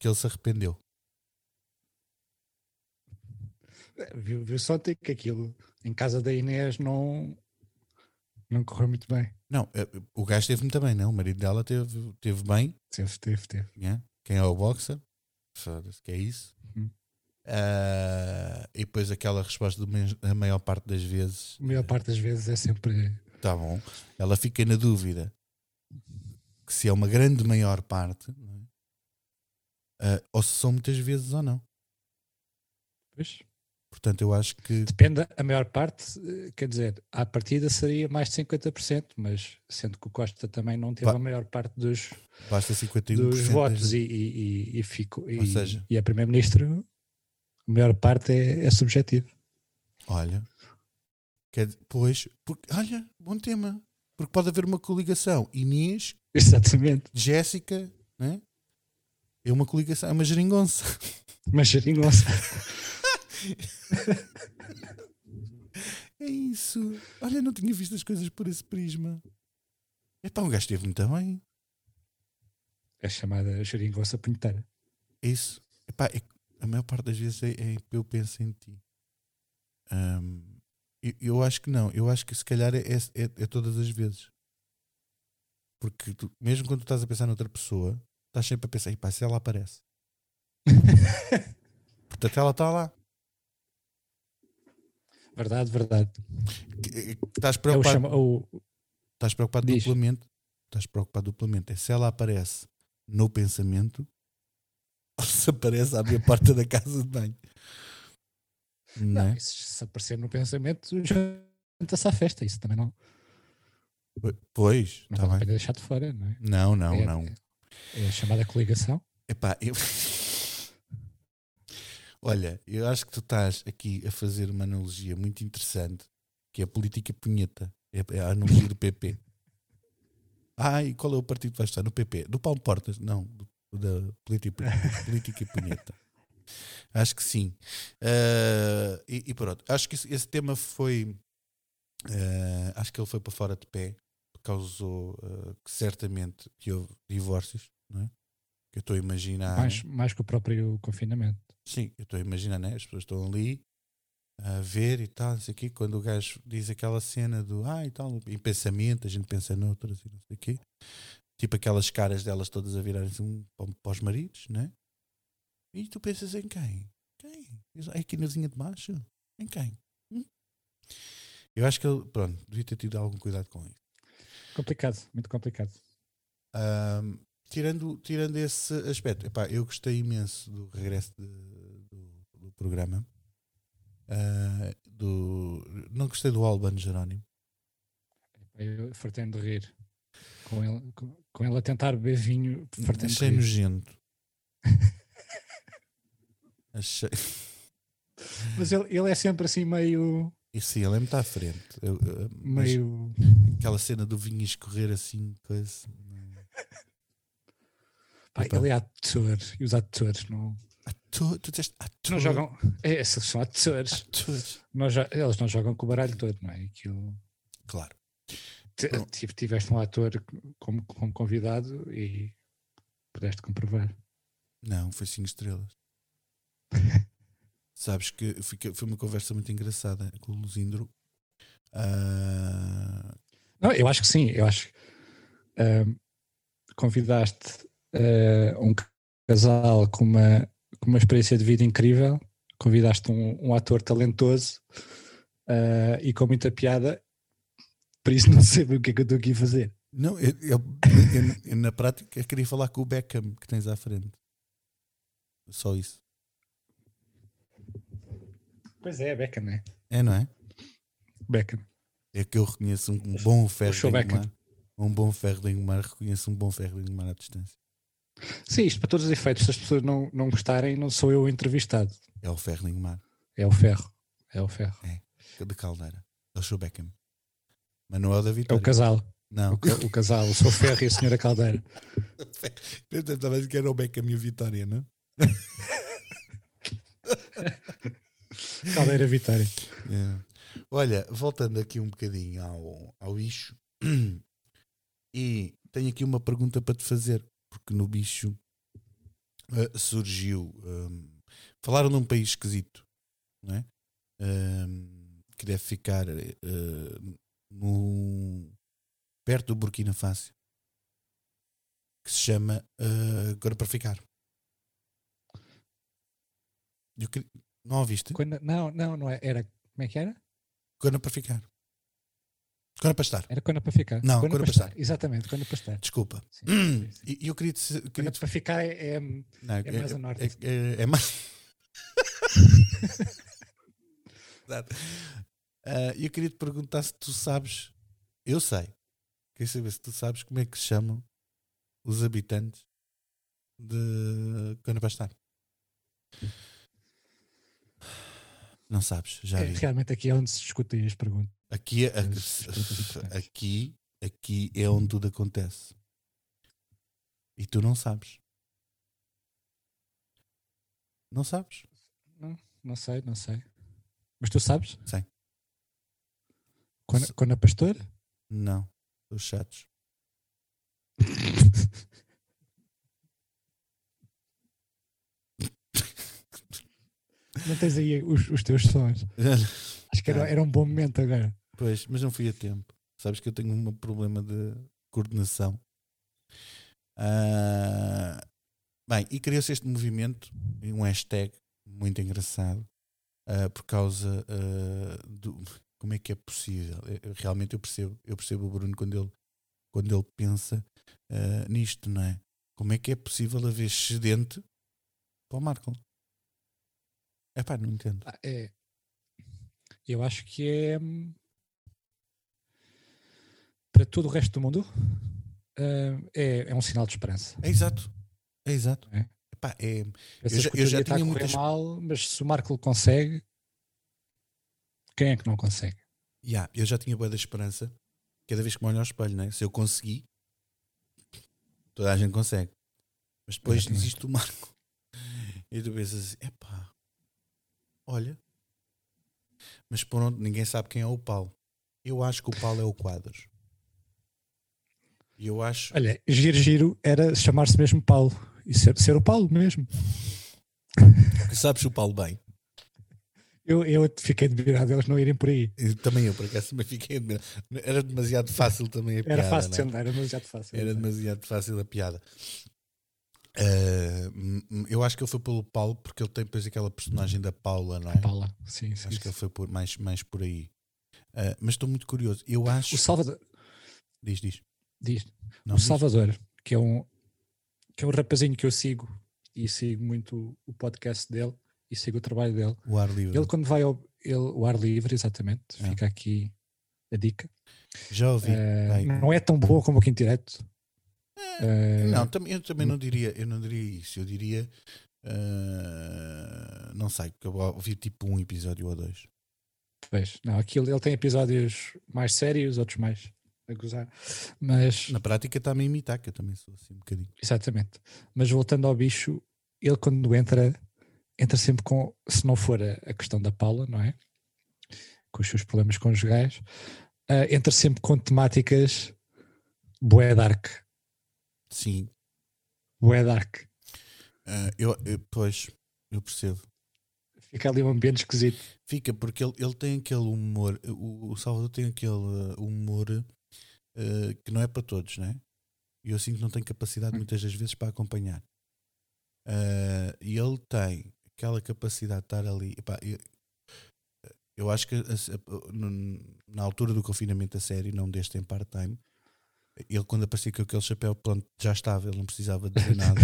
[SPEAKER 1] que ele se arrependeu.
[SPEAKER 2] Viu, viu só ter que aquilo em casa da Inês não, não correu muito bem.
[SPEAKER 1] Não, eh, o gajo teve muito bem, não? O marido dela teve, teve bem.
[SPEAKER 2] Teve, teve, teve.
[SPEAKER 1] né? Quem é o boxer? Foda-se, que é isso?
[SPEAKER 2] Hum.
[SPEAKER 1] Ah, e depois aquela resposta, do men- a maior parte das vezes,
[SPEAKER 2] A maior parte das vezes é sempre.
[SPEAKER 1] Tá bom. Ela fica na dúvida que se é uma grande maior parte não é? Ah, ou se são muitas vezes ou não.
[SPEAKER 2] Pois.
[SPEAKER 1] Portanto, eu acho que
[SPEAKER 2] Depende, a maior parte, eh, quer dizer, à partida seria mais de 50%, mas sendo que o Costa também não teve
[SPEAKER 1] Ba-
[SPEAKER 2] a maior parte dos,
[SPEAKER 1] basta 51%
[SPEAKER 2] dos
[SPEAKER 1] das-
[SPEAKER 2] votos e, e, e- e fico.
[SPEAKER 1] um Ou
[SPEAKER 2] E,
[SPEAKER 1] seja-
[SPEAKER 2] e a Primeiro-Ministro, a maior parte é, é subjetivo.
[SPEAKER 1] Olha, quer, dizer, pois, porque, olha, bom tema. Porque pode haver uma coligação. Inês,
[SPEAKER 2] Exatamente.
[SPEAKER 1] Jéssica, né? é uma coligação, é uma geringonça.
[SPEAKER 2] Mas geringonça.
[SPEAKER 1] É isso. Olha, não tinha visto as coisas por esse prisma. Epá, um gajo esteve muito bem.
[SPEAKER 2] É chamada geringonça punheteira.
[SPEAKER 1] É isso. Epá, é que a maior parte das vezes é, é eu penso em ti. Ahm, eu, eu acho que não. Eu acho que se calhar é, é, é todas as vezes. Porque tu- mesmo quando tu estás a pensar noutra pessoa, estás sempre a pensar, epá, se ela aparece. Portanto, ela está lá.
[SPEAKER 2] Verdade, verdade.
[SPEAKER 1] Que- que Estás
[SPEAKER 2] É o,
[SPEAKER 1] preocupado,
[SPEAKER 2] chama- o-
[SPEAKER 1] estás preocupado
[SPEAKER 2] Diz.
[SPEAKER 1] duplamente. Estás preocupado duplamente. É se ela aparece no pensamento ou se aparece à minha porta da casa de banho. Não, é?
[SPEAKER 2] Não, isso, se aparecer no pensamento, junta-se à festa. Isso também não,
[SPEAKER 1] Po- Pois,
[SPEAKER 2] não
[SPEAKER 1] está Tá
[SPEAKER 2] vale a
[SPEAKER 1] bem.
[SPEAKER 2] pena deixar de fora, não é?
[SPEAKER 1] Não, não,
[SPEAKER 2] é,
[SPEAKER 1] não.
[SPEAKER 2] É a chamada coligação.
[SPEAKER 1] Epá, eu... Olha, eu acho que tu estás aqui a fazer uma analogia muito interessante, que é a política punheta. É é a analogia do PP. Ai, qual é o partido que vais estar? No PP? Do Paulo Portas? Não, do- da política, política punheta. Acho que sim. Ah, e, e pronto, acho que esse, esse tema foi. ah, acho que ele foi para fora de pé, causou ah, que certamente que houve divórcios, não é? Que eu estou a imaginar.
[SPEAKER 2] mais, mais que o próprio confinamento.
[SPEAKER 1] Sim, eu estou a imaginar, né? As pessoas estão ali a ver e tal, não sei o quê. Quando o gajo diz aquela cena do ah e tal, em pensamento, a gente pensa noutras e não sei o quê. Tipo aquelas caras delas todas a virarem-se um para para os maridos, né? E tu pensas em quem? Quem? É aqui na vizinha de baixo? Em quem? Hum? Eu acho que ele, pronto, devia ter tido algum cuidado com isso.
[SPEAKER 2] Complicado, muito complicado.
[SPEAKER 1] Ahm, tirando, tirando esse aspecto, epá, eu gostei imenso do regresso de- do, do programa. Ah, do, não gostei do Alban Jerónimo.
[SPEAKER 2] Eu fartei-me de rir. Com ele, com, com ele a tentar beber vinho, fartei-me de
[SPEAKER 1] Achei
[SPEAKER 2] rir.
[SPEAKER 1] nojento. Achei.
[SPEAKER 2] Mas ele, ele é sempre assim meio.
[SPEAKER 1] E sim, ele é muito à frente. Eu- eu- mas
[SPEAKER 2] meio
[SPEAKER 1] Aquela cena do vinho escorrer assim, coisa.
[SPEAKER 2] Pá,
[SPEAKER 1] epá.
[SPEAKER 2] ele é ator e os atores não,
[SPEAKER 1] Ator, tu disseste ator.
[SPEAKER 2] não jogam. É, eles são atores.
[SPEAKER 1] Ator.
[SPEAKER 2] Não jo- eles não jogam com o baralho todo, não é? Aquilo.
[SPEAKER 1] Claro.
[SPEAKER 2] Ti-
[SPEAKER 1] Pronto.
[SPEAKER 2] ti- tiveste um ator como, como convidado e pudeste comprovar.
[SPEAKER 1] Não, foi 5 estrelas. Sabes que fica- foi uma conversa muito engraçada com o Luzindro. Ah,
[SPEAKER 2] Não, eu acho que sim, eu acho que ahm, convidaste ah, um casal com uma, com uma experiência de vida incrível, convidaste um, um ator talentoso eh, ah, e com muita piada, por isso não sei bem o que é que eu estou aqui a fazer.
[SPEAKER 1] Não, eu, eu- eu- eu, na prática queria falar com o Beckham que tens à frente. Só isso.
[SPEAKER 2] Pois é, Beckham, né?
[SPEAKER 1] É, não é?
[SPEAKER 2] Beckham.
[SPEAKER 1] É que eu reconheço um, um bom ferro de
[SPEAKER 2] Puxou Beckham.
[SPEAKER 1] Engomar. Um bom ferro de Engomar, reconheço um bom ferro de Engomar à distância.
[SPEAKER 2] Sim, isto para todos os efeitos, se as pessoas não, não gostarem, não sou eu o entrevistado.
[SPEAKER 1] É o ferro de Engomar,
[SPEAKER 2] É o ferro. É o ferro.
[SPEAKER 1] de Caldeira. É o seu Beckham. Manuel da
[SPEAKER 2] É o
[SPEAKER 1] Vitória.
[SPEAKER 2] casal.
[SPEAKER 1] Não,
[SPEAKER 2] O, ca- o casal, o seu ferro e a senhora Caldeira.
[SPEAKER 1] eu tentava dizer que era o Beckham e o Vitória, não?
[SPEAKER 2] Caldeira Vitória.
[SPEAKER 1] É. Olha, voltando aqui um bocadinho ao, ao bicho, e tenho aqui uma pergunta para te fazer, porque no bicho eh, surgiu. hum, falaram de um país esquisito, não é? Hum, que deve ficar eh, no, perto do Burkina Faso, que se chama eh, Agora para Ficar. Eu queria- não a ouviste?
[SPEAKER 2] Quando- não, não, não é- era. Como é que era?
[SPEAKER 1] Cona para ficar. Cona para estar.
[SPEAKER 2] Era quando é para ficar.
[SPEAKER 1] Não, quando é para estar.
[SPEAKER 2] Exatamente, quando é para estar.
[SPEAKER 1] Desculpa.
[SPEAKER 2] Sim, sim, sim.
[SPEAKER 1] E eu queria. te- eu
[SPEAKER 2] Quando
[SPEAKER 1] queria
[SPEAKER 2] é
[SPEAKER 1] te-
[SPEAKER 2] para ficar é, é-
[SPEAKER 1] não,
[SPEAKER 2] é mais a norte.
[SPEAKER 1] É, é- é mais. Exato. Ah, eu queria te perguntar se tu sabes. Eu sei. Queria saber se tu sabes como é que se chamam os habitantes de Cona para estar.
[SPEAKER 2] Hum.
[SPEAKER 1] Não sabes, já
[SPEAKER 2] é
[SPEAKER 1] vi.
[SPEAKER 2] realmente aqui é onde se discutem as perguntas.
[SPEAKER 1] Aqui, é-
[SPEAKER 2] As perguntas importantes.
[SPEAKER 1] aqui, aqui é onde tudo acontece. E tu não sabes. Não sabes?
[SPEAKER 2] Não sei, não sei. Mas tu sabes?
[SPEAKER 1] Sei.
[SPEAKER 2] Quando, quando é pastor?
[SPEAKER 1] Não. Os chatos.
[SPEAKER 2] Não tens aí os, os teus sons. Acho que era,
[SPEAKER 1] Ah.
[SPEAKER 2] era um bom momento agora.
[SPEAKER 1] Pois, mas não fui a tempo. Sabes que eu tenho um problema de coordenação. Ah, bem, e criou-se este movimento, e um hashtag muito engraçado, ah, por causa ah, do. Como é que é possível? Eu- eu realmente eu percebo, eu percebo o Bruno quando ele, quando ele pensa ah, nisto, não é? Como é que é possível haver excedente para o Marco? É pá, não entendo.
[SPEAKER 2] Ah, é. Eu acho que é hum, para todo o resto do mundo ah, é, é um sinal de esperança.
[SPEAKER 1] É exato, é exato.
[SPEAKER 2] É.
[SPEAKER 1] Epá, é,
[SPEAKER 2] Pensas
[SPEAKER 1] já-
[SPEAKER 2] que o
[SPEAKER 1] eu
[SPEAKER 2] teu
[SPEAKER 1] já
[SPEAKER 2] dia está tá a
[SPEAKER 1] tinha
[SPEAKER 2] correr
[SPEAKER 1] muitas-
[SPEAKER 2] mal, mas se o Marco consegue, quem é que não consegue?
[SPEAKER 1] Ya, eu já tinha boa da esperança cada vez que me olho ao espelho, né? se eu consegui, toda a gente consegue. Mas depois
[SPEAKER 2] Exatamente.
[SPEAKER 1] existe o Marco. E tu pensas assim, epá, olha. Mas pronto, ninguém sabe quem é o Paulo. Eu acho que o Paulo é o Quadros. E eu acho.
[SPEAKER 2] Olha, giro giro era chamar-se mesmo Paulo e ser, ser o Paulo mesmo.
[SPEAKER 1] que sabes o Paulo bem.
[SPEAKER 2] Eu, eu fiquei admirado eles não irem por aí.
[SPEAKER 1] E também eu, por acaso, também fiquei. admirado. Era demasiado fácil também a
[SPEAKER 2] Era
[SPEAKER 1] piada,
[SPEAKER 2] fácil
[SPEAKER 1] né?
[SPEAKER 2] de andar, é? era demasiado fácil.
[SPEAKER 1] Era demasiado fácil a piada. Ah, hum, hum, eu acho que ele foi pelo Paulo porque ele tem depois aquela personagem da Paula, não é?
[SPEAKER 2] Paula, sim, sim.
[SPEAKER 1] Acho
[SPEAKER 2] sim.
[SPEAKER 1] que ele foi por- mais, mais por aí. Ah, mas estou muito curioso. Eu acho.
[SPEAKER 2] O Salvador,
[SPEAKER 1] Diz, diz.
[SPEAKER 2] diz,
[SPEAKER 1] Não,
[SPEAKER 2] o
[SPEAKER 1] diz.
[SPEAKER 2] Salvador, que é um que é um rapazinho que eu sigo e sigo muito o podcast dele e sigo o trabalho dele.
[SPEAKER 1] O ar livre.
[SPEAKER 2] Ele quando vai ao ele, o ar livre, exatamente,
[SPEAKER 1] É.
[SPEAKER 2] fica aqui a dica.
[SPEAKER 1] Já ouvi.
[SPEAKER 2] Eh,
[SPEAKER 1] Bem,
[SPEAKER 2] não é tão boa como o Quinto Direto. Eh,
[SPEAKER 1] Não, tam- eu também não diria, eu não diria isso. Eu diria. ah, não sei, que eu ouvi tipo um episódio ou dois.
[SPEAKER 2] pois, não, aquilo ele tem episódios mais sérios, outros mais a gozar. Mas
[SPEAKER 1] Na prática está-me a imitar, que eu também sou assim um bocadinho.
[SPEAKER 2] exatamente. Mas voltando ao bicho, ele quando entra, entra sempre com, se não for a, a questão da Paula, não é? Com os seus problemas conjugais, ah, entra sempre com temáticas bué dark,
[SPEAKER 1] Sim,
[SPEAKER 2] bué dark.
[SPEAKER 1] ah, eu, eu- pois, eu percebo.
[SPEAKER 2] Fica ali um ambiente esquisito.
[SPEAKER 1] Fica, porque ele, ele tem aquele humor, o, o Salvador tem aquele uh, humor uh, que não é para todos, né? E eu sinto que não tem capacidade muitas das vezes para acompanhar. Uh, e ele tem aquela capacidade de estar ali. epá, eh, eu, eu acho que a- a- no- na altura do confinamento a sério, não deste em part-time, Ele, quando aparecia com aquele chapéu, pronto, já estava, ele não precisava dizer nada.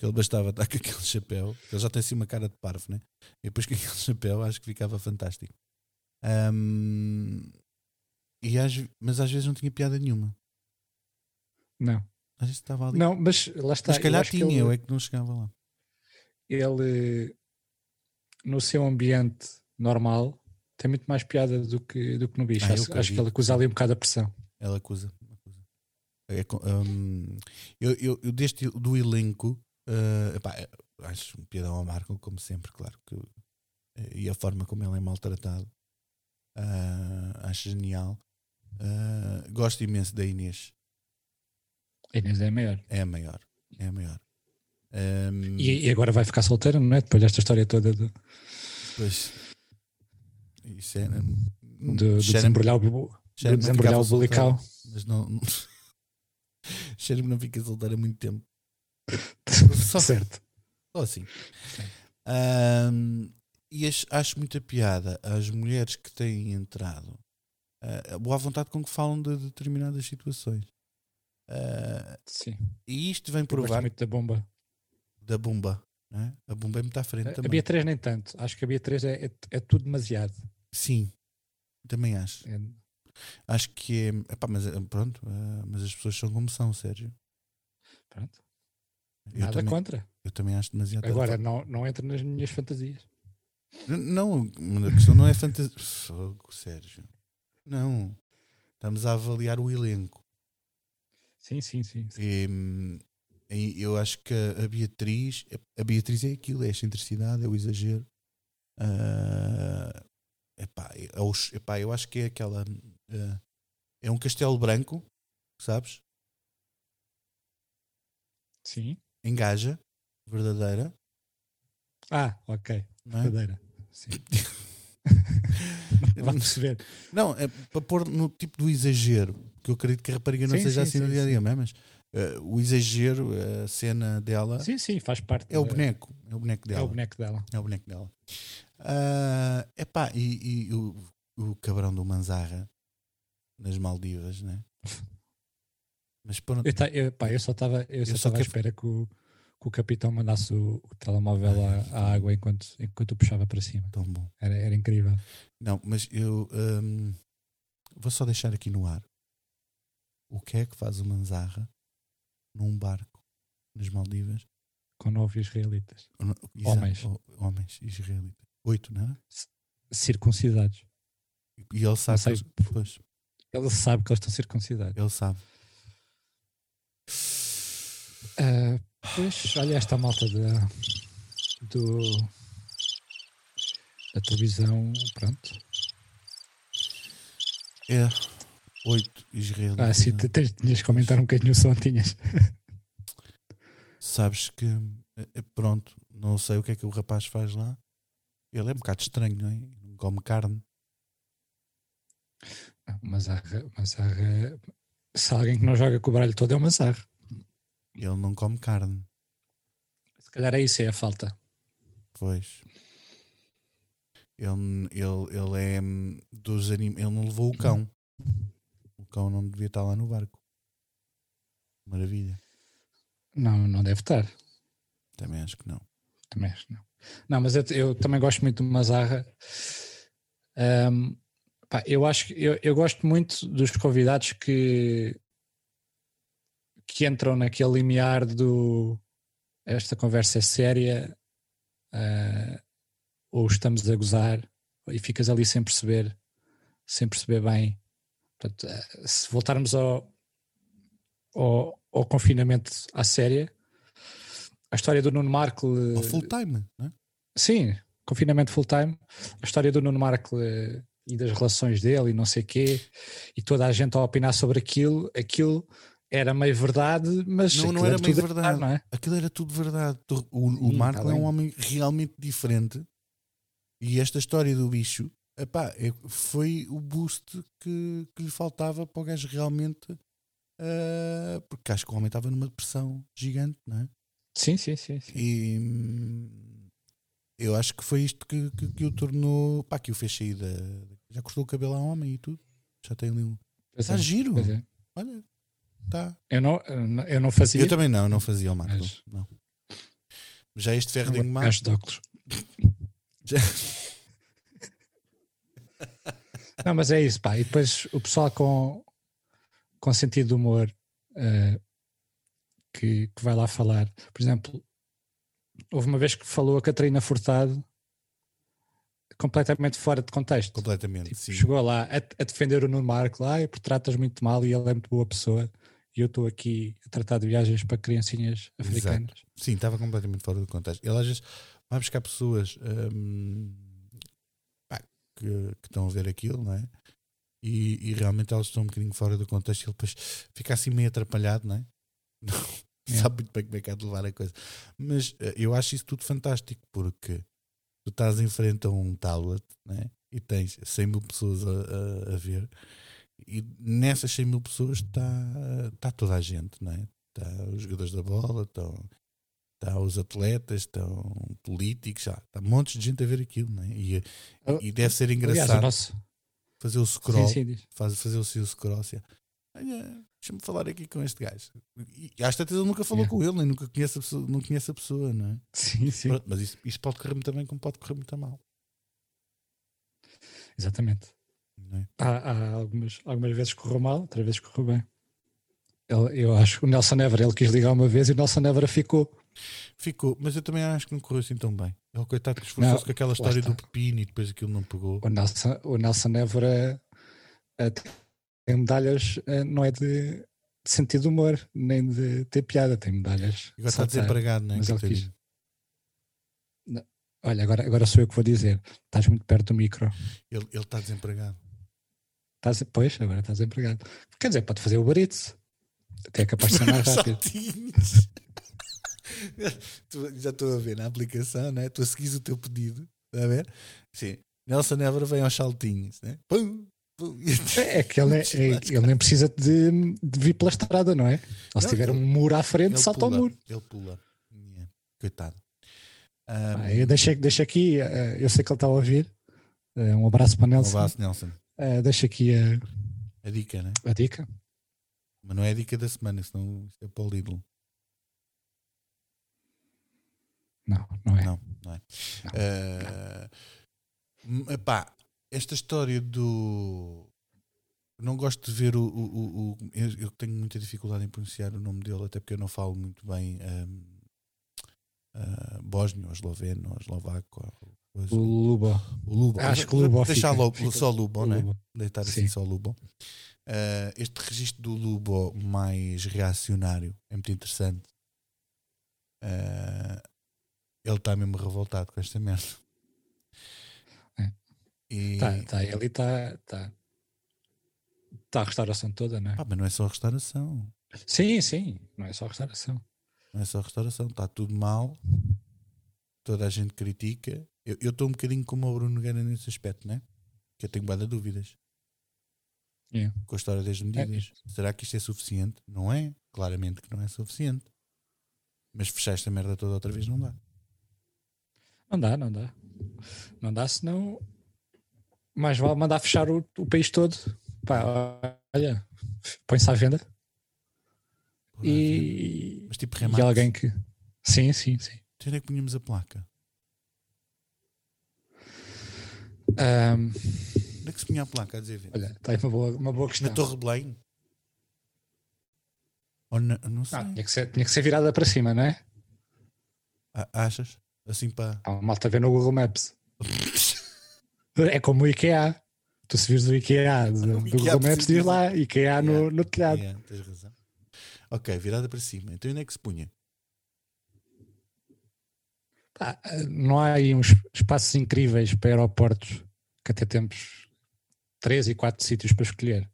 [SPEAKER 1] ele bastava estar com aquele chapéu. Ele já tem assim uma cara de parvo, né? E depois com aquele chapéu, acho que ficava fantástico. Hum, e às, mas às vezes não tinha piada nenhuma.
[SPEAKER 2] Não.
[SPEAKER 1] Às vezes estava ali.
[SPEAKER 2] Não, mas lá está.
[SPEAKER 1] mas se calhar
[SPEAKER 2] acho que
[SPEAKER 1] tinha,
[SPEAKER 2] ele-
[SPEAKER 1] eu é que não chegava lá.
[SPEAKER 2] ele no seu ambiente normal tem muito mais piada do que, do que no bicho.
[SPEAKER 1] Ah, eu
[SPEAKER 2] acho acho que
[SPEAKER 1] acredito.
[SPEAKER 2] ele acusa ali um bocado a pressão.
[SPEAKER 1] Ela acusa. acusa. É co- hum, eu, eu, eu deste do elenco, eh, epá, eh, acho um piadão ao Marco, como sempre, claro. Que, eh, e a forma como ele é maltratado, ah, acho genial. Ah, gosto imenso da Inês,
[SPEAKER 2] A Inês é a maior.
[SPEAKER 1] é a maior. É a maior. Hum,
[SPEAKER 2] E, e agora vai ficar solteira, não é? Depois desta história toda do,
[SPEAKER 1] Pois. é, né? E Shannon. Hum,
[SPEAKER 2] do, do desembrulhar o, bu- do
[SPEAKER 1] Shannon
[SPEAKER 2] desembrulhar
[SPEAKER 1] ficava
[SPEAKER 2] o
[SPEAKER 1] solteira,
[SPEAKER 2] bulical.
[SPEAKER 1] Mas não. Shannon não fica solteira há muito tempo. Só, só
[SPEAKER 2] certo.
[SPEAKER 1] assim. Ahm, e acho, acho muita piada as mulheres que têm entrado. ah, boa vontade com que falam de determinadas situações. Ah,
[SPEAKER 2] Sim.
[SPEAKER 1] e isto vem
[SPEAKER 2] Eu gosto
[SPEAKER 1] provar
[SPEAKER 2] muito da bomba.
[SPEAKER 1] da bomba. não é? A bomba é muito à frente
[SPEAKER 2] a
[SPEAKER 1] também.
[SPEAKER 2] Bia 3 nem tanto. Acho que a Bia 3 é, é, é tudo demasiado.
[SPEAKER 1] Sim, também acho.
[SPEAKER 2] É-
[SPEAKER 1] Acho que é. epá, mas eh, pronto, eh, mas as pessoas são como são, Sérgio.
[SPEAKER 2] pronto.
[SPEAKER 1] Eu,
[SPEAKER 2] Nada
[SPEAKER 1] também,
[SPEAKER 2] contra.
[SPEAKER 1] eu também acho demasiado.
[SPEAKER 2] Agora, não, não entra nas minhas fantasias.
[SPEAKER 1] Não, a questão não é fantasia. Fogo, Sérgio. Não. Estamos a avaliar o elenco.
[SPEAKER 2] Sim, sim, sim. sim.
[SPEAKER 1] E, hum, e eu acho que a a Beatriz. A Beatriz é aquilo, é a excentricidade, é o exagero. Ah, epá, é os- epá, eu acho que é aquela. ah, é um castelo branco, sabes?
[SPEAKER 2] Sim.
[SPEAKER 1] Engaja, verdadeira.
[SPEAKER 2] Ah, ok.
[SPEAKER 1] Não é?
[SPEAKER 2] Verdadeira. Sim. Vai perceber.
[SPEAKER 1] Não, é para pôr no tipo do exagero, que eu acredito que a rapariga não
[SPEAKER 2] Sim,
[SPEAKER 1] seja
[SPEAKER 2] sim,
[SPEAKER 1] assim no
[SPEAKER 2] sim,
[SPEAKER 1] dia a dia, não é? mas eh, o exagero, a cena dela
[SPEAKER 2] Sim, sim, faz parte.
[SPEAKER 1] é o
[SPEAKER 2] da-
[SPEAKER 1] boneco, é o boneco dela.
[SPEAKER 2] É o boneco dela.
[SPEAKER 1] É o boneco dela. Ah, epá, e, e o, o cabrão do Manzarra nas Maldivas, né? Mas pronto,
[SPEAKER 2] Eu, ta- eu, pá, eu só estava eu só
[SPEAKER 1] só
[SPEAKER 2] estava à
[SPEAKER 1] quero-
[SPEAKER 2] espera que o, que o capitão mandasse o, o telemóvel à, à água enquanto, enquanto o puxava para cima.
[SPEAKER 1] tão bom.
[SPEAKER 2] Era, era incrível.
[SPEAKER 1] Não, mas eu hum, vou só deixar aqui no ar o que é que faz o Manzarra num barco nas Maldivas.
[SPEAKER 2] Com nove israelitas.
[SPEAKER 1] Ou não- exato,
[SPEAKER 2] Homens.
[SPEAKER 1] ho- homens israelitas. Oito, não é?
[SPEAKER 2] Circuncidados.
[SPEAKER 1] E ele sabe.
[SPEAKER 2] sei.
[SPEAKER 1] que- Pois,
[SPEAKER 2] Ele sabe que eles estão circuncidados.
[SPEAKER 1] ele sabe.
[SPEAKER 2] Ah, pois, olha esta malta da, do, da televisão. Pronto.
[SPEAKER 1] É. Oito israelitas.
[SPEAKER 2] Ah, sim,
[SPEAKER 1] não é?
[SPEAKER 2] te- tens- tinhas que comentar um bocadinho só, tinhas.
[SPEAKER 1] Sabes que. eh, eh, Pronto, não sei o que é que o rapaz faz lá. Ele é um bocado estranho, não é? Não come carne.
[SPEAKER 2] Ah, Mazarra, Mazarra. Se há alguém que não joga com o baralho todo é o Mazarra.
[SPEAKER 1] Ele não come carne.
[SPEAKER 2] Se calhar é isso, é a falta.
[SPEAKER 1] Pois. Ele, ele, ele é hum, dos anim... Ele não levou o cão. O cão não devia estar lá no barco. Maravilha.
[SPEAKER 2] Não, não deve estar.
[SPEAKER 1] Também acho que não.
[SPEAKER 2] Também acho que não. Não, mas eu, eu também gosto muito do Mazarra. Ahm, pá, eu acho que eu, eu gosto muito dos convidados que que entram naquele limiar do esta conversa é séria ah, ou estamos a gozar e ficas ali sem perceber sem perceber bem Portanto, ah, se voltarmos ao, ao, ao confinamento à séria a história do Nuno Marco
[SPEAKER 1] Ao full time, não é?
[SPEAKER 2] Sim, confinamento full time. A história do Nuno Marco eh, e das relações dele e não sei quê, e toda a gente a opinar sobre aquilo, aquilo era meio verdade, mas
[SPEAKER 1] Não, não
[SPEAKER 2] aquilo
[SPEAKER 1] era meio
[SPEAKER 2] tudo
[SPEAKER 1] verdade.
[SPEAKER 2] não é?
[SPEAKER 1] Aquilo era tudo verdade. Tu- O, o
[SPEAKER 2] Sim,
[SPEAKER 1] Marco
[SPEAKER 2] tá
[SPEAKER 1] é um
[SPEAKER 2] bem.
[SPEAKER 1] homem realmente diferente. E esta história do bicho epá, é- foi o boost que, que lhe faltava para o gajo realmente. ah, porque acho que o homem estava numa depressão gigante, não é?
[SPEAKER 2] Sim, sim, sim. sim.
[SPEAKER 1] E hum, eu acho que foi isto que, que, que o tornou. Pá, que o fez sair da. Já cortou o cabelo a homem e tudo. Já tem ali um.
[SPEAKER 2] Pois
[SPEAKER 1] Está
[SPEAKER 2] é,
[SPEAKER 1] giro!
[SPEAKER 2] pois é.
[SPEAKER 1] Olha, Tá.
[SPEAKER 2] Eu não, eu não fazia.
[SPEAKER 1] Eu também não, não fazia o macro.
[SPEAKER 2] Mas-
[SPEAKER 1] Não. Já este ferro de engomar.
[SPEAKER 2] Gajo de óculos.
[SPEAKER 1] Já-
[SPEAKER 2] Não, mas é isso, pá. E depois o pessoal com, com sentido de humor eh, que, que vai lá falar. Por exemplo, houve uma vez que falou a Catarina Furtado completamente fora de contexto.
[SPEAKER 1] Completamente,
[SPEAKER 2] Tipo,
[SPEAKER 1] sim.
[SPEAKER 2] chegou lá a, a defender o Nuno Marco lá e porque tratas muito mal e ele é muito boa pessoa e eu estou aqui a tratar de viagens para criancinhas
[SPEAKER 1] Exato.
[SPEAKER 2] africanas.
[SPEAKER 1] Sim, estava completamente fora do contexto. Ele às vezes vai buscar pessoas hum, pá, que, que estão a ver aquilo, não é? E, e realmente elas estão um bocadinho fora do contexto e ele depois fica assim meio atrapalhado, não é? Não
[SPEAKER 2] Yeah.
[SPEAKER 1] sabe muito bem como é que há de levar a coisa. Mas eh, eu acho isso tudo fantástico porque tu estás em frente a um tablet não é? e tens 100 mil pessoas a, a- a ver e nessas 100 mil pessoas está tá toda a gente, não é? Está os jogadores da bola, estão tá os atletas, estão políticos, está tá montes de gente a ver aquilo, não é? E, e deve ser
[SPEAKER 2] Aliás,
[SPEAKER 1] engraçado
[SPEAKER 2] o nosso.
[SPEAKER 1] fazer o
[SPEAKER 2] Sim,
[SPEAKER 1] scroll,
[SPEAKER 2] sim, diz.
[SPEAKER 1] faz- fazer o seu scroll, assim, olha, deixa-me falar aqui com este gajo. E, e às tantas ele nunca falou
[SPEAKER 2] Yeah.
[SPEAKER 1] com ele, nem nunca conhece a pessoa, não conhece a pessoa, não é?
[SPEAKER 2] Sim, sim.
[SPEAKER 1] Pronto, mas isso, isso pode correr muito bem como pode correr muito mal,
[SPEAKER 2] Exatamente.
[SPEAKER 1] não é?
[SPEAKER 2] Há, há algumas, algumas vezes correu mal, outras vezes correu bem. Ele- eu acho que o Nelson Évora, ele quis ligar uma vez e o Nelson Évora ficou.
[SPEAKER 1] Ficou, mas eu também acho que não correu assim tão bem. É o coitado que esforçou-se
[SPEAKER 2] Não,
[SPEAKER 1] com aquela
[SPEAKER 2] lá
[SPEAKER 1] história
[SPEAKER 2] está.
[SPEAKER 1] do pepino e depois aquilo não pegou.
[SPEAKER 2] O Nelson, o Nelson Évora eh, tem medalhas, eh, não é de, de sentido de humor, nem de ter piada, tem medalhas. tá.
[SPEAKER 1] Agora está
[SPEAKER 2] Saltar.
[SPEAKER 1] desempregado, não é?
[SPEAKER 2] Mas ele
[SPEAKER 1] coitadinho?
[SPEAKER 2] quis. Não. Olha, agora, agora sou eu que vou dizer. Estás muito perto do micro.
[SPEAKER 1] Ele, ele está desempregado.
[SPEAKER 2] Estás, pois, agora estás empregado. Quer dizer, pode fazer o barito. Até é capaz de ser mais rápido.
[SPEAKER 1] Saltinhos. Tu- Já estou a ver na aplicação, né? Tu a seguires o teu pedido, está a ver? Sim. Nelson Évora vem aos saltinhos, né? Pum, pum.
[SPEAKER 2] É que ele, é- é- ele nem precisa de, de vir pela estrada, não é? Ou se
[SPEAKER 1] Não,
[SPEAKER 2] tiver
[SPEAKER 1] ele-
[SPEAKER 2] um muro à frente, salta ao
[SPEAKER 1] pula,
[SPEAKER 2] muro.
[SPEAKER 1] Ele pula. Yeah. Coitado. Ah,
[SPEAKER 2] Ah, eu deixo, deixo aqui, eh, eu sei que ele está a ouvir. Eh, Um abraço para o
[SPEAKER 1] um
[SPEAKER 2] Nelson.
[SPEAKER 1] abraço, Nelson.
[SPEAKER 2] Eh, Deixo aqui eh,
[SPEAKER 1] A dica, né?
[SPEAKER 2] a, dica.
[SPEAKER 1] Mas não é a dica da semana, senão isto é para o Lidl.
[SPEAKER 2] Não, não é.
[SPEAKER 1] Não, não é. Ah, m- epá, esta história do. Não gosto de ver o. o- o- o- eu, eu tenho muita dificuldade em pronunciar o nome dele, até porque eu não falo muito bem ahm, ah, bósnio, ou esloveno, ou eslovaco. ou coisa.
[SPEAKER 2] O Lubo.
[SPEAKER 1] O Lubo.
[SPEAKER 2] Acho que o Lubo
[SPEAKER 1] Deixar
[SPEAKER 2] fica-
[SPEAKER 1] logo
[SPEAKER 2] fica-
[SPEAKER 1] só Lubo,
[SPEAKER 2] o
[SPEAKER 1] né?
[SPEAKER 2] Lubo.
[SPEAKER 1] Deitar assim
[SPEAKER 2] Sim.
[SPEAKER 1] só Lubo. Ah, este registro do Lubo mais reacionário é muito interessante. Ah, ele está mesmo revoltado com esta merda.
[SPEAKER 2] É.
[SPEAKER 1] E,
[SPEAKER 2] Tá, tá, ele está. Está tá a restauração toda, não é?
[SPEAKER 1] Pá, mas não é só a restauração.
[SPEAKER 2] Sim, sim. Não é só a restauração.
[SPEAKER 1] Não é só a restauração. Está tudo mal. Toda a gente critica. Eu eu estou um bocadinho como o Bruno Nogueira nesse aspecto, né? Que eu tenho guarda dúvidas.
[SPEAKER 2] É.
[SPEAKER 1] com a história das medidas. Será que isto é suficiente? Não é? Claramente que não é suficiente. Mas fechar esta merda toda outra vez não dá.
[SPEAKER 2] Não dá, não dá. Não dá, senão. Mais vale mandar fechar o, o país todo. Pá, olha, põe-se à venda.
[SPEAKER 1] Porra,
[SPEAKER 2] E,
[SPEAKER 1] Mas tipo
[SPEAKER 2] e
[SPEAKER 1] remate.
[SPEAKER 2] alguém que. Sim, sim, sim.
[SPEAKER 1] Onde é que punhamos a placa?
[SPEAKER 2] Ahm,
[SPEAKER 1] Onde é que se punha a placa a dizer vento?
[SPEAKER 2] olha, está aí uma boa, uma boa
[SPEAKER 1] Na
[SPEAKER 2] questão.
[SPEAKER 1] Torre Belém? Ou na, não sei.
[SPEAKER 2] Ah, tinha, que ser, tinha que ser virada para cima, não é? Ah.
[SPEAKER 1] A- achas? Assim para.
[SPEAKER 2] Há uma malta a ver no Google Maps. É como o IKEA. Tu se vires do IKEA, do, do
[SPEAKER 1] Tá IKEA
[SPEAKER 2] Google Maps,
[SPEAKER 1] precisa-
[SPEAKER 2] diz lá IKEA no, no telhado.
[SPEAKER 1] Yeah, É, tens razão. Ok, virada para cima. Então onde é que se punha?
[SPEAKER 2] Pá, não há aí uns espaços incríveis para aeroportos que até temos três e quatro sítios para escolher,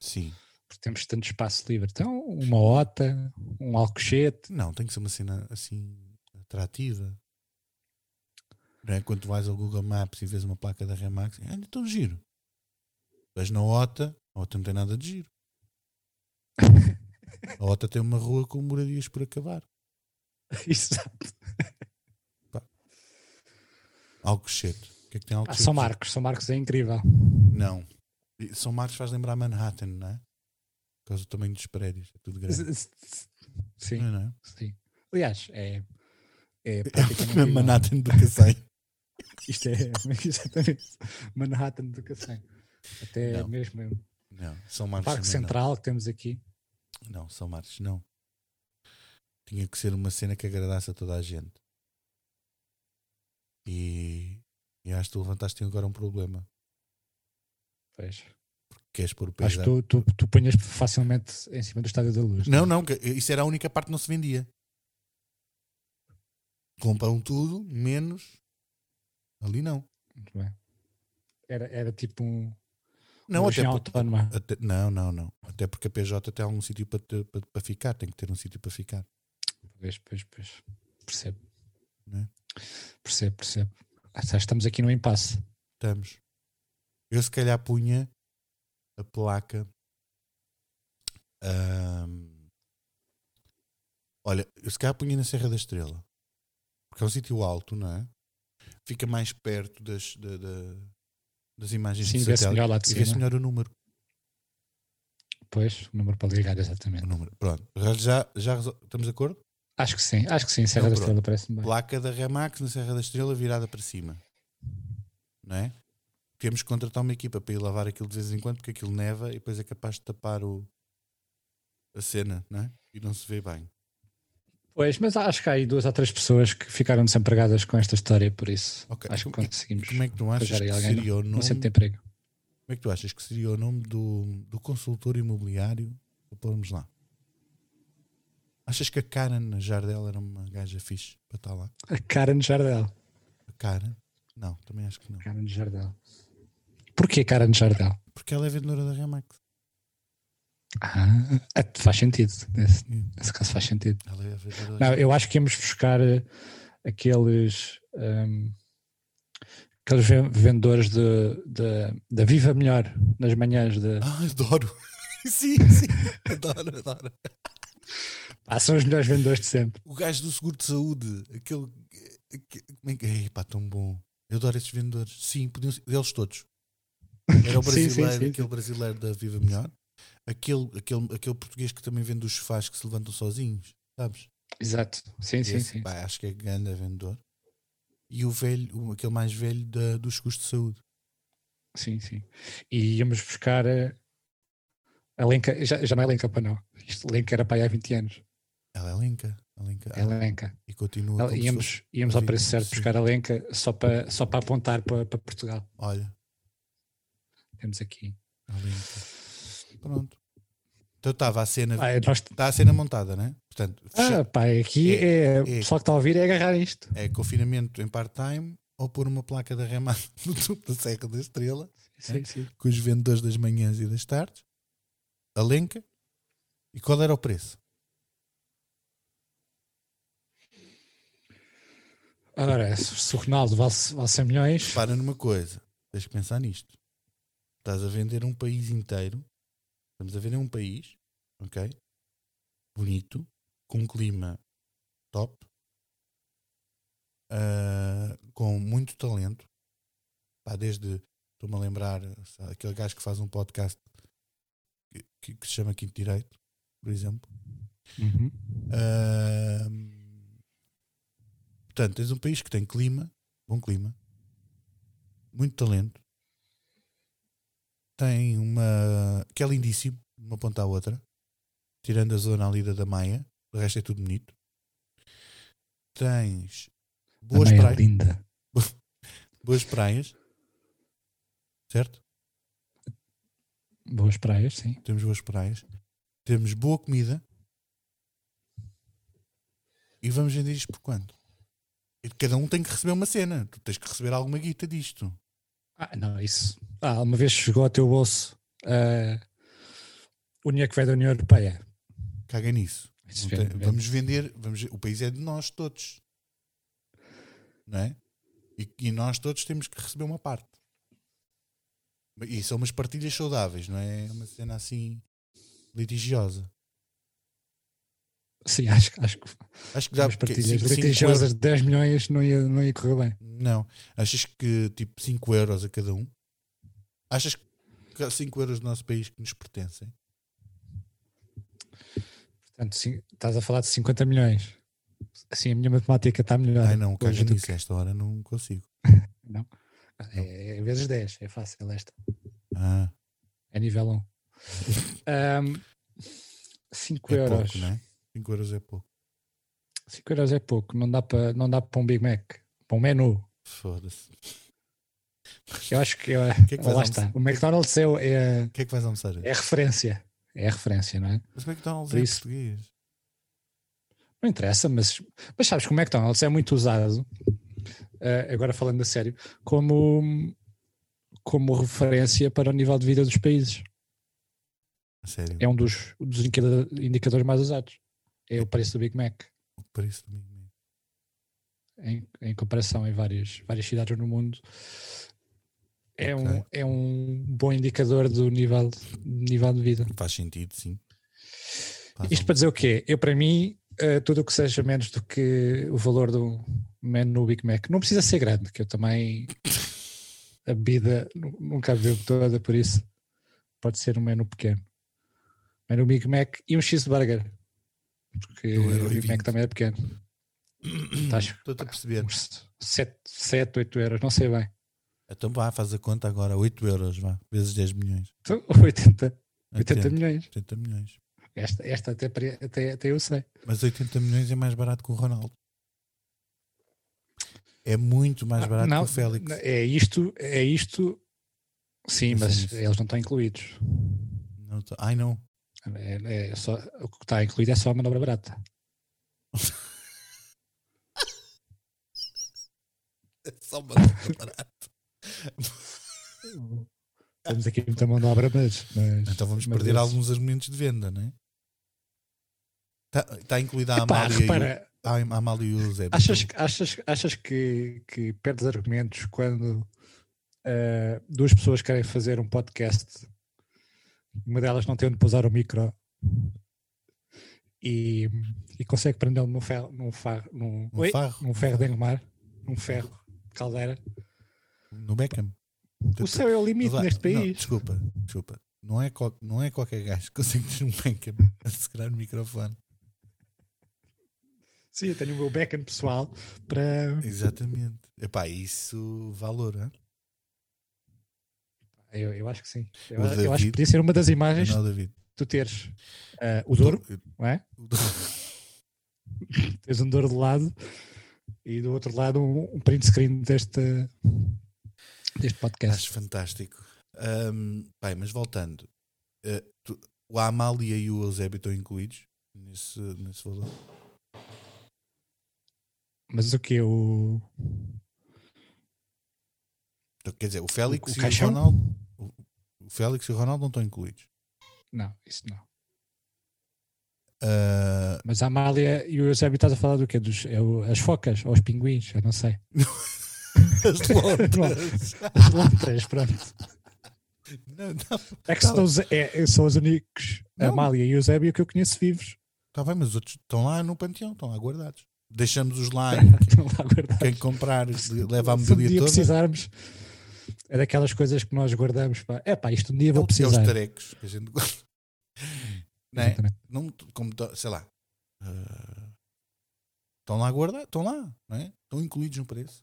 [SPEAKER 1] Sim.
[SPEAKER 2] porque temos tanto espaço livre. Então, uma OTA, um Alcochete,
[SPEAKER 1] Não, tem que ser uma cena assim atrativa. Não é? Quando tu vais ao Google Maps e vês uma placa da Remax, é, ainda estou giro. Vais na OTA, a OTA não tem nada de giro. A OTA tem uma rua com moradias por acabar. é
[SPEAKER 2] exato.
[SPEAKER 1] Alcochete. O que é que tem
[SPEAKER 2] Ah,
[SPEAKER 1] Alcochete?
[SPEAKER 2] São Marcos, São Marcos é incrível.
[SPEAKER 1] Não. E São Marcos faz lembrar Manhattan, não é? Por causa do tamanho dos prédios, é tudo grande.
[SPEAKER 2] Sim,
[SPEAKER 1] Não é, não é?
[SPEAKER 2] sim. Aliás, é. É
[SPEAKER 1] É
[SPEAKER 2] praticamente.
[SPEAKER 1] a
[SPEAKER 2] igual.
[SPEAKER 1] Manhattan do Kassai.
[SPEAKER 2] Isto é. Exatamente. Manhattan do Cacém. Até
[SPEAKER 1] Não.
[SPEAKER 2] mesmo o
[SPEAKER 1] Não, São Marcos.
[SPEAKER 2] Parque
[SPEAKER 1] também não.
[SPEAKER 2] Central que temos aqui.
[SPEAKER 1] Não, São Marcos, não. Tinha que ser uma cena que agradasse a toda a gente. E, e acho que tu levantaste agora um problema.
[SPEAKER 2] Pois.
[SPEAKER 1] Queres pôr o país
[SPEAKER 2] Acho que
[SPEAKER 1] à-
[SPEAKER 2] tu, tu, tu punhas facilmente em cima do Estádio da Luz.
[SPEAKER 1] é.
[SPEAKER 2] é?
[SPEAKER 1] Não, não, que isso era a única parte que não se vendia. Compram tudo, menos. Ali não.
[SPEAKER 2] Muito bem. Era, era tipo um.
[SPEAKER 1] Não,
[SPEAKER 2] uma
[SPEAKER 1] até,
[SPEAKER 2] região
[SPEAKER 1] porque-
[SPEAKER 2] autónoma.
[SPEAKER 1] até- não, não, não. Até porque a PJ tem algum sítio para, ter- para- para ficar, tem que ter um sítio para ficar.
[SPEAKER 2] Pois, pois, pois. Percebo.
[SPEAKER 1] Né?
[SPEAKER 2] Percebo, percebo. Ah, tá, Estamos aqui no impasse.
[SPEAKER 1] Estamos. Eu se calhar punha a placa. ahm, olha, eu se calhar punha na Serra da Estrela. Porque é um sítio alto, não é? Fica mais perto das, da- da- das imagens
[SPEAKER 2] Sim, né?
[SPEAKER 1] de
[SPEAKER 2] vê-se
[SPEAKER 1] satélite.
[SPEAKER 2] melhor lá de
[SPEAKER 1] E vê-se
[SPEAKER 2] cima.
[SPEAKER 1] melhor o número.
[SPEAKER 2] Pois, o número para ligar,
[SPEAKER 1] O
[SPEAKER 2] exatamente.
[SPEAKER 1] número. Pronto. Já, já resol- estamos de acordo?
[SPEAKER 2] Acho que sim, acho que sim. Serra
[SPEAKER 1] Então,
[SPEAKER 2] da
[SPEAKER 1] pronto.
[SPEAKER 2] Estrela parece-me bem.
[SPEAKER 1] Placa da Remax na Serra da Estrela virada para cima. Não é? Temos que contratar uma equipa para ir lavar aquilo de vez em quando, porque aquilo neva e depois é capaz de tapar o, a cena, não é? E não se vê bem.
[SPEAKER 2] Pois, mas acho que há aí duas ou três pessoas que ficaram desempregadas com esta história, por isso
[SPEAKER 1] Ok.
[SPEAKER 2] acho que
[SPEAKER 1] Como- E
[SPEAKER 2] conseguimos.
[SPEAKER 1] como é que tu achas
[SPEAKER 2] arranjar aí
[SPEAKER 1] que
[SPEAKER 2] alguém
[SPEAKER 1] seria o
[SPEAKER 2] no
[SPEAKER 1] nome?
[SPEAKER 2] centro
[SPEAKER 1] Como
[SPEAKER 2] de emprego.
[SPEAKER 1] é que tu achas que seria o nome do, do consultor imobiliário? Vamos lá. Achas que a Karen Jardel era uma gaja fixe para estar lá?
[SPEAKER 2] A Karen Jardel.
[SPEAKER 1] A Karen? Não, também acho que não.
[SPEAKER 2] Karen Jardel. Porquê Karen Jardel?
[SPEAKER 1] Porque ela é vendedora da Remax.
[SPEAKER 2] Ah, é, faz sentido. Nesse,
[SPEAKER 1] Hum.
[SPEAKER 2] nesse caso faz sentido.
[SPEAKER 1] Ela é a vendedora da
[SPEAKER 2] Não, eu acho que íamos buscar eh, aqueles, hum, aqueles ven- vendedores de- de- da Viva Melhor nas manhãs de.
[SPEAKER 1] Ah, adoro. sim, sim. Adoro, adoro.
[SPEAKER 2] Ah, são os melhores vendedores de sempre.
[SPEAKER 1] O gajo do seguro de saúde, aquele. aque- Como é que. Ei, pá, tão bom. Eu adoro esses vendedores. Sim, podiam ser. Deles todos. Era o
[SPEAKER 2] Sim, sim,
[SPEAKER 1] brasileiro,
[SPEAKER 2] sim, sim.
[SPEAKER 1] aquele brasileiro da Viva Melhor. Aquele, aquele, aquele português que também vende os sofás que se levantam sozinhos, sabes?
[SPEAKER 2] Exato. Sim, sim,
[SPEAKER 1] Esse,
[SPEAKER 2] sim.
[SPEAKER 1] pá, acho que é grande vendedor. E o velho, o- aquele mais velho da, dos seguros de saúde.
[SPEAKER 2] Sim, sim. E íamos buscar eh, a Lenca. Já, já não é Lenca para não. Isto Lenca era para aí há 20 anos.
[SPEAKER 1] Ela é Lenca. a Lenca.
[SPEAKER 2] É Lenca.
[SPEAKER 1] E continua. como se fosse-
[SPEAKER 2] íamos íamos ao
[SPEAKER 1] Sim,
[SPEAKER 2] preço certo
[SPEAKER 1] sim.
[SPEAKER 2] buscar a Lenca só para, só para apontar para, para Portugal.
[SPEAKER 1] Olha,
[SPEAKER 2] Temos aqui.
[SPEAKER 1] a Lenca. Pronto. Então estava a cena.
[SPEAKER 2] Ah, é, nós-
[SPEAKER 1] Está a cena montada, né? Portanto, fecha-
[SPEAKER 2] ah, pá, aqui é, o
[SPEAKER 1] é.
[SPEAKER 2] pessoal que está a ouvir é agarrar isto.
[SPEAKER 1] é confinamento em part-time ou pôr uma placa da remate no topo da Serra da Estrela
[SPEAKER 2] Sim, sim.
[SPEAKER 1] com os vendedores das manhãs e das tardes, a lenca. E qual era o preço?
[SPEAKER 2] Ora, se se o Ronaldo é vale, vale 100 milhões,
[SPEAKER 1] Para numa coisa, tens que pensar nisto. Estás a vender um país inteiro. Estamos a vender um país, ok? Bonito, com um clima top, ah, com muito talento. Pá, desde, estou-me a lembrar, sabe, aquele gajo que faz um podcast que, que- que se chama Quinto Direito, por exemplo.
[SPEAKER 2] Uhum.
[SPEAKER 1] Ahm, portanto, tens um país que tem clima, bom clima, muito talento, tem uma. que é lindíssimo, de uma ponta à outra, tirando a zona ali da da Maia, o resto é tudo bonito. Tens boas
[SPEAKER 2] também é
[SPEAKER 1] praias,
[SPEAKER 2] linda.
[SPEAKER 1] boas praias, certo?
[SPEAKER 2] Boas praias, sim.
[SPEAKER 1] Temos boas praias, temos boa comida e vamos vender isto por quanto? E cada um tem que receber uma cena, tu tens que receber alguma guita disto.
[SPEAKER 2] Ah, não, isso. Ah, uma vez chegou ao teu bolso a União que vai da União Europeia.
[SPEAKER 1] Caga nisso.
[SPEAKER 2] Isso
[SPEAKER 1] Não
[SPEAKER 2] vem-
[SPEAKER 1] tem-
[SPEAKER 2] vem-
[SPEAKER 1] vamos vender, vamos, o país é de nós todos, não é? E, e nós todos temos que receber uma parte. E são umas partilhas saudáveis, não é? Uma cena assim litigiosa.
[SPEAKER 2] Sim, acho, acho que
[SPEAKER 1] Acho que dá
[SPEAKER 2] as
[SPEAKER 1] porque
[SPEAKER 2] partilhas
[SPEAKER 1] cinco- cinco
[SPEAKER 2] litigiosas de 10 milhões não ia, não ia correr bem.
[SPEAKER 1] Não. Achas que tipo 5 euros a cada um? Achas que há 5 euros do nosso país que nos pertencem?
[SPEAKER 2] Portanto, sim, estás a falar de 50 milhões. Assim, a minha matemática está melhor.
[SPEAKER 1] Ai não, caga
[SPEAKER 2] hoje Ah, do
[SPEAKER 1] nisso, esta hora não consigo.
[SPEAKER 2] Não. É, é vezes 10, é fácil esta.
[SPEAKER 1] Ah,
[SPEAKER 2] É nível 1. 5
[SPEAKER 1] é
[SPEAKER 2] euros.
[SPEAKER 1] pouco, não é? 5 euros é pouco.
[SPEAKER 2] 5 euros é pouco, não dá para não dá para um Big Mac, para um menu.
[SPEAKER 1] Foda-se.
[SPEAKER 2] Eu acho que, eu,
[SPEAKER 1] que é que vais
[SPEAKER 2] lá
[SPEAKER 1] almoçar?
[SPEAKER 2] está. O McDonald's é, o- é, a-
[SPEAKER 1] O que é que vais almoçar? hoje?
[SPEAKER 2] é a referência. É a referência, não é?
[SPEAKER 1] Mas o McDonald's
[SPEAKER 2] Por
[SPEAKER 1] é
[SPEAKER 2] isso-
[SPEAKER 1] português.
[SPEAKER 2] Não interessa, mas, mas sabes que o McDonald's é muito usado, eh, agora falando a sério, como, como referência para o nível de vida dos países.
[SPEAKER 1] A sério.
[SPEAKER 2] É um dos, dos indicador- indicadores mais usados. É o preço do Big Mac,
[SPEAKER 1] O preço do Big Mac.
[SPEAKER 2] em, em comparação em várias, várias cidades no mundo. É, um,
[SPEAKER 1] Ok.
[SPEAKER 2] é um bom indicador do nível, nível de vida.
[SPEAKER 1] Faz sentido, sim. Faz
[SPEAKER 2] Isto para dizer o quê? Eu, para mim, eh, tudo o que seja menos do que o valor do menu Big Mac, não precisa ser grande, que eu também a bebida nu- nunca a bebo toda, por isso pode ser um menu pequeno. Menu Big Mac e um cheeseburger, porque
[SPEAKER 1] Um euro
[SPEAKER 2] o
[SPEAKER 1] e
[SPEAKER 2] Big
[SPEAKER 1] vinte.
[SPEAKER 2] Mac também é pequeno. Estás
[SPEAKER 1] Estou-te a perceber.
[SPEAKER 2] uns 7, 8 euros, não sei bem.
[SPEAKER 1] Então vá, faz a conta agora. 8 euros, vá. Vezes 10 milhões.
[SPEAKER 2] Então, 80, 80
[SPEAKER 1] 80
[SPEAKER 2] milhões.
[SPEAKER 1] 80 milhões.
[SPEAKER 2] Esta, esta até, pare- até, até eu sei.
[SPEAKER 1] Mas 80 milhões é mais barato que o Ronaldo. É muito mais
[SPEAKER 2] Ah,
[SPEAKER 1] barato
[SPEAKER 2] não,
[SPEAKER 1] que o Félix.
[SPEAKER 2] n- É isto, é isto. Sim,
[SPEAKER 1] Pensa
[SPEAKER 2] mas
[SPEAKER 1] nisso.
[SPEAKER 2] eles não estão incluídos.
[SPEAKER 1] Não tô- Ai não.
[SPEAKER 2] É, é só, o que está incluído é só a manobra barata.
[SPEAKER 1] É só uma coisa barata.
[SPEAKER 2] Temos aqui muita manobra, mas. mas
[SPEAKER 1] Uhum. Então vamos
[SPEAKER 2] mas
[SPEAKER 1] perder
[SPEAKER 2] esse-
[SPEAKER 1] alguns argumentos de venda, não é? Está incluída a
[SPEAKER 2] Epá,
[SPEAKER 1] Amália, e, o- Ah,
[SPEAKER 2] repara,
[SPEAKER 1] a Amália e o Eusébio.
[SPEAKER 2] achas, que- achas, achas que, que perdes argumentos quando ah, duas pessoas querem fazer um podcast e uma delas não tem onde pousar o micro e, e consegue prendê-lo num ferro, num farro, num,
[SPEAKER 1] Um
[SPEAKER 2] Oi?
[SPEAKER 1] farro.
[SPEAKER 2] num ferro de engomar, num ferro de caldeira.
[SPEAKER 1] No Beckham.
[SPEAKER 2] O céu é o limite
[SPEAKER 1] Mas lá-
[SPEAKER 2] neste
[SPEAKER 1] não,
[SPEAKER 2] país.
[SPEAKER 1] desculpa, desculpa. Não é, qual- não é qualquer gajo que consegue ter um Beckham a segurar o microfone.
[SPEAKER 2] Sim, eu tenho o meu backend pessoal para.
[SPEAKER 1] Exatamente. Epá, isso valor, hã?
[SPEAKER 2] Eu, eu acho que sim. Eu,
[SPEAKER 1] O
[SPEAKER 2] eu acho
[SPEAKER 1] David-
[SPEAKER 2] que podia ser uma das imagens
[SPEAKER 1] Não, David.
[SPEAKER 2] tu teres ah, o Douro, não é?
[SPEAKER 1] O Douro.
[SPEAKER 2] Tens um Douro de lado e do outro lado um, um print screen deste, deste podcast.
[SPEAKER 1] Acho fantástico. Ahm, bem, mas voltando, eh, tu- o Amália e o Eusébio estão incluídos nesse, nesse valor?
[SPEAKER 2] Mas o que? O,
[SPEAKER 1] Então, quer dizer, o Félix
[SPEAKER 2] o
[SPEAKER 1] e o
[SPEAKER 2] caixão?
[SPEAKER 1] Ronaldo. O, o Félix e o Ronaldo não estão incluídos.
[SPEAKER 2] Não, isso não.
[SPEAKER 1] Ah,
[SPEAKER 2] Mas a Amália e o Eusébio estás a falar do quê? Dos, é o- as focas ou os pinguins? Eu não sei.
[SPEAKER 1] as lotas.
[SPEAKER 2] As lontras, pronto.
[SPEAKER 1] não, não.
[SPEAKER 2] É que são os, é- são os únicos, a
[SPEAKER 1] Não.
[SPEAKER 2] Amália e o Eusébio, que eu conheço vivos.
[SPEAKER 1] Tá bem, mas os outros estão lá no panteão, estão lá guardados. Deixamos-os lá.
[SPEAKER 2] Estão lá guardados.
[SPEAKER 1] Quem comprar leva a
[SPEAKER 2] Se um dia
[SPEAKER 1] mobília toda.
[SPEAKER 2] precisarmos, é daquelas coisas que nós guardamos. Pá. É pá, isto um dia
[SPEAKER 1] É
[SPEAKER 2] vou
[SPEAKER 1] o- é os
[SPEAKER 2] precisar.
[SPEAKER 1] tarecos que a gente guarda. Não é?
[SPEAKER 2] Exatamente.
[SPEAKER 1] não t- como to- sei lá eh, estão lá guardados estão lá não é? estão incluídos no preço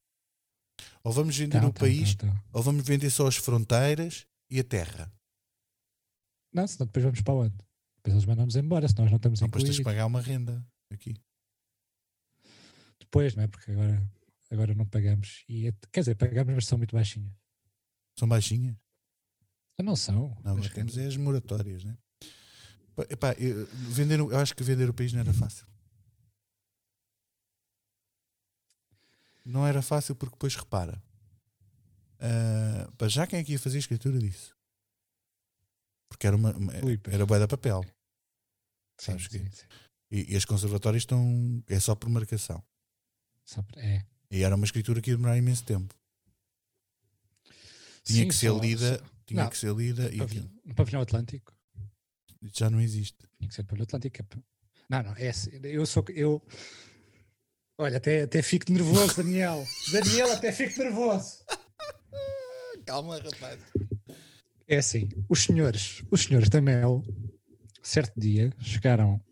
[SPEAKER 1] ou vamos vender
[SPEAKER 2] Então,
[SPEAKER 1] o
[SPEAKER 2] então,
[SPEAKER 1] país
[SPEAKER 2] então, então.
[SPEAKER 1] ou vamos vender só as fronteiras e a terra
[SPEAKER 2] Não, senão depois vamos para onde? Depois eles mandam-nos embora, se nós não estamos
[SPEAKER 1] então depois tens
[SPEAKER 2] incluídos.
[SPEAKER 1] de pagar uma renda aqui
[SPEAKER 2] Depois, não é? Porque agora, agora não pagamos. E, é- quer dizer, pagamos, mas são muito baixinhas.
[SPEAKER 1] são baixinhas
[SPEAKER 2] Ah, Não são.
[SPEAKER 1] não
[SPEAKER 2] Mas
[SPEAKER 1] agora temos é as moratórias né Pa- epá, eu, vender o- eu acho que vender o país não era fácil não era fácil porque depois repara ah, para já quem é que ia fazer a escritura disso porque era uma, uma-
[SPEAKER 2] Ui, pois.
[SPEAKER 1] era boa da papel
[SPEAKER 2] Sim,
[SPEAKER 1] sabes que-
[SPEAKER 2] sim, sim.
[SPEAKER 1] E, e as conservatórias estão. é só por marcação.
[SPEAKER 2] Só por- é.
[SPEAKER 1] E era uma escritura que ia demorar imenso tempo. Tinha
[SPEAKER 2] Sim,
[SPEAKER 1] que ser
[SPEAKER 2] só-
[SPEAKER 1] lida,
[SPEAKER 2] só-
[SPEAKER 1] tinha
[SPEAKER 2] Não. Tá
[SPEAKER 1] que ser lida e
[SPEAKER 2] no
[SPEAKER 1] aquilo
[SPEAKER 2] pavilhão- No pavilhão Atlântico.
[SPEAKER 1] já não existe.
[SPEAKER 2] Tinha que ser pelo Atlântico. é p- Não, não, é assim. Eu sou. Eu... Olha, até, até fico nervoso, Daniel. Daniel, até fico nervoso.
[SPEAKER 1] Calma, rapaz.
[SPEAKER 2] É assim. Os senhores, os senhores da Mel certo dia, chegaram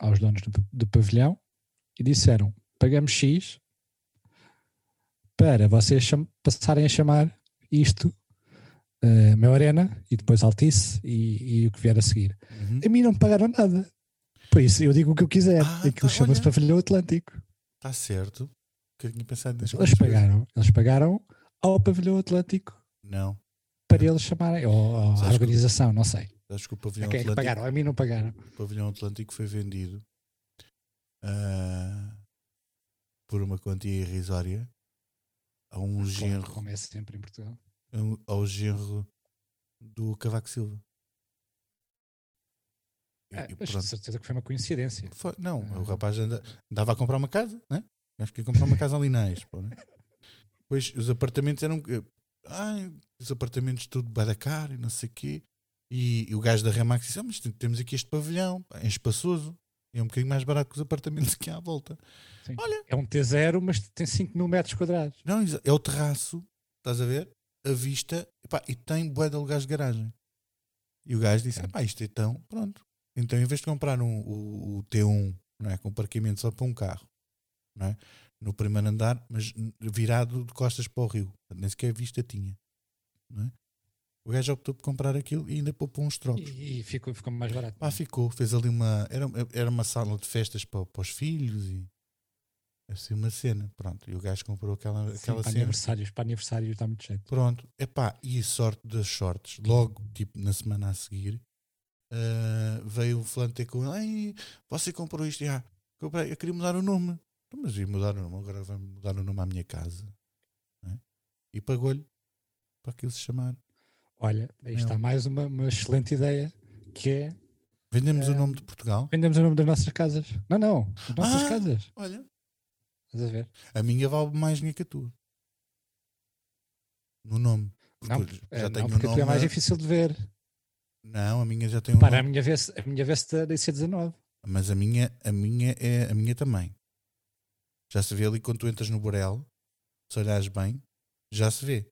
[SPEAKER 2] aos donos do, do pavilhão e disseram: pagamos X para vocês passarem a chamar isto uh, Meu Arena e depois Altice e, e o que vier a seguir.
[SPEAKER 1] Uhum.
[SPEAKER 2] A mim não me pagaram nada. Por isso, eu digo o que eu quiser.
[SPEAKER 1] Ah,
[SPEAKER 2] Aquilo
[SPEAKER 1] tá,
[SPEAKER 2] chama-se
[SPEAKER 1] olha.
[SPEAKER 2] Pavilhão Atlântico.
[SPEAKER 1] Está Tá certo. Que eu tinha pensado nas
[SPEAKER 2] Eles
[SPEAKER 1] coisas.
[SPEAKER 2] pagaram, eles pagaram ao Pavilhão Atlântico
[SPEAKER 1] Não.
[SPEAKER 2] para eles chamarem, ou ou
[SPEAKER 1] Sabes
[SPEAKER 2] à
[SPEAKER 1] que-
[SPEAKER 2] organização, não sei.
[SPEAKER 1] Acho que o
[SPEAKER 2] A
[SPEAKER 1] pavilhão,
[SPEAKER 2] quem é que
[SPEAKER 1] Atlântico,
[SPEAKER 2] pagaram? A mim não pagaram.
[SPEAKER 1] o pavilhão Atlântico foi vendido ah, por uma quantia irrisória a um
[SPEAKER 2] Claro,
[SPEAKER 1] genro,
[SPEAKER 2] como é sempre em Portugal.
[SPEAKER 1] a um- ao genro do Cavaco Silva. É, E-
[SPEAKER 2] Ah,
[SPEAKER 1] e
[SPEAKER 2] mas com
[SPEAKER 1] pronto.
[SPEAKER 2] certeza que foi uma coincidência.
[SPEAKER 1] Foi- não,
[SPEAKER 2] Ah.
[SPEAKER 1] o rapaz anda, andava a comprar uma casa, né? Acho que ia comprar uma casa ali na Expo, né? Pois os apartamentos eram. eh, Ai, os apartamentos tudo bué da caro e não sei o quê. E, e o gajo da Remax disse: "Ah, Mas tem- temos aqui este pavilhão, pá, é espaçoso, e é um bocadinho mais barato que os apartamentos aqui à volta.
[SPEAKER 2] Sim.
[SPEAKER 1] Olha.
[SPEAKER 2] É um T0, mas tem 5 mil metros quadrados.
[SPEAKER 1] Não, exa- é o terraço, estás a ver? A vista, epá, e tem bué de lugares de garagem. E o gajo disse: "Epá, Isto é tão, pronto. Então, em vez de comprar um, o, o T1, não é? Com parqueamento só para um carro, não é? No primeiro andar, mas virado de costas para o rio, Portanto, nem sequer vista tinha, não é? O gajo optou por comprar aquilo e ainda poupou uns trocos.
[SPEAKER 2] E, e ficou, ficou mais barato.
[SPEAKER 1] Pá, ficou, fez ali uma. Era, era uma sala de festas para, para os filhos e. Assim, uma cena, pronto. E o gajo comprou aquela,
[SPEAKER 2] Sim,
[SPEAKER 1] aquela
[SPEAKER 2] para
[SPEAKER 1] cena.
[SPEAKER 2] aniversários, para aniversários está muito jeito.
[SPEAKER 1] Pronto, epá, e a sorte das sortes, logo, tipo, na semana a seguir, ah, veio o fulano ter com ele, você comprou isto, e, ah, comprei, eu queria mudar o nome. "Então, Mas ia mudar o nome, agora vai mudar o nome à minha casa. né? E pagou-lhe para aquilo se chamar.
[SPEAKER 2] Olha, aí está
[SPEAKER 1] Não.
[SPEAKER 2] mais uma, uma excelente ideia que é
[SPEAKER 1] Vendemos o
[SPEAKER 2] Ah.
[SPEAKER 1] nome de Portugal.
[SPEAKER 2] vendemos o nome das nossas casas. Não, não, das nossas
[SPEAKER 1] Ah!
[SPEAKER 2] casas.
[SPEAKER 1] Olha,
[SPEAKER 2] Estás a ver?
[SPEAKER 1] a minha vale mais dinheiro que a tua. No nome. Porque
[SPEAKER 2] Não,
[SPEAKER 1] eu
[SPEAKER 2] eh,
[SPEAKER 1] já
[SPEAKER 2] não,
[SPEAKER 1] tenho um
[SPEAKER 2] porque a tua
[SPEAKER 1] nome.
[SPEAKER 2] é mais difícil de ver.
[SPEAKER 1] Não, a minha já tem um
[SPEAKER 2] Para a
[SPEAKER 1] nome.
[SPEAKER 2] minha vez, a minha vez da da IC19.
[SPEAKER 1] Mas a minha, a minha é a minha também. Já se vê ali quando tu entras no Borel, se olhares bem, já se vê.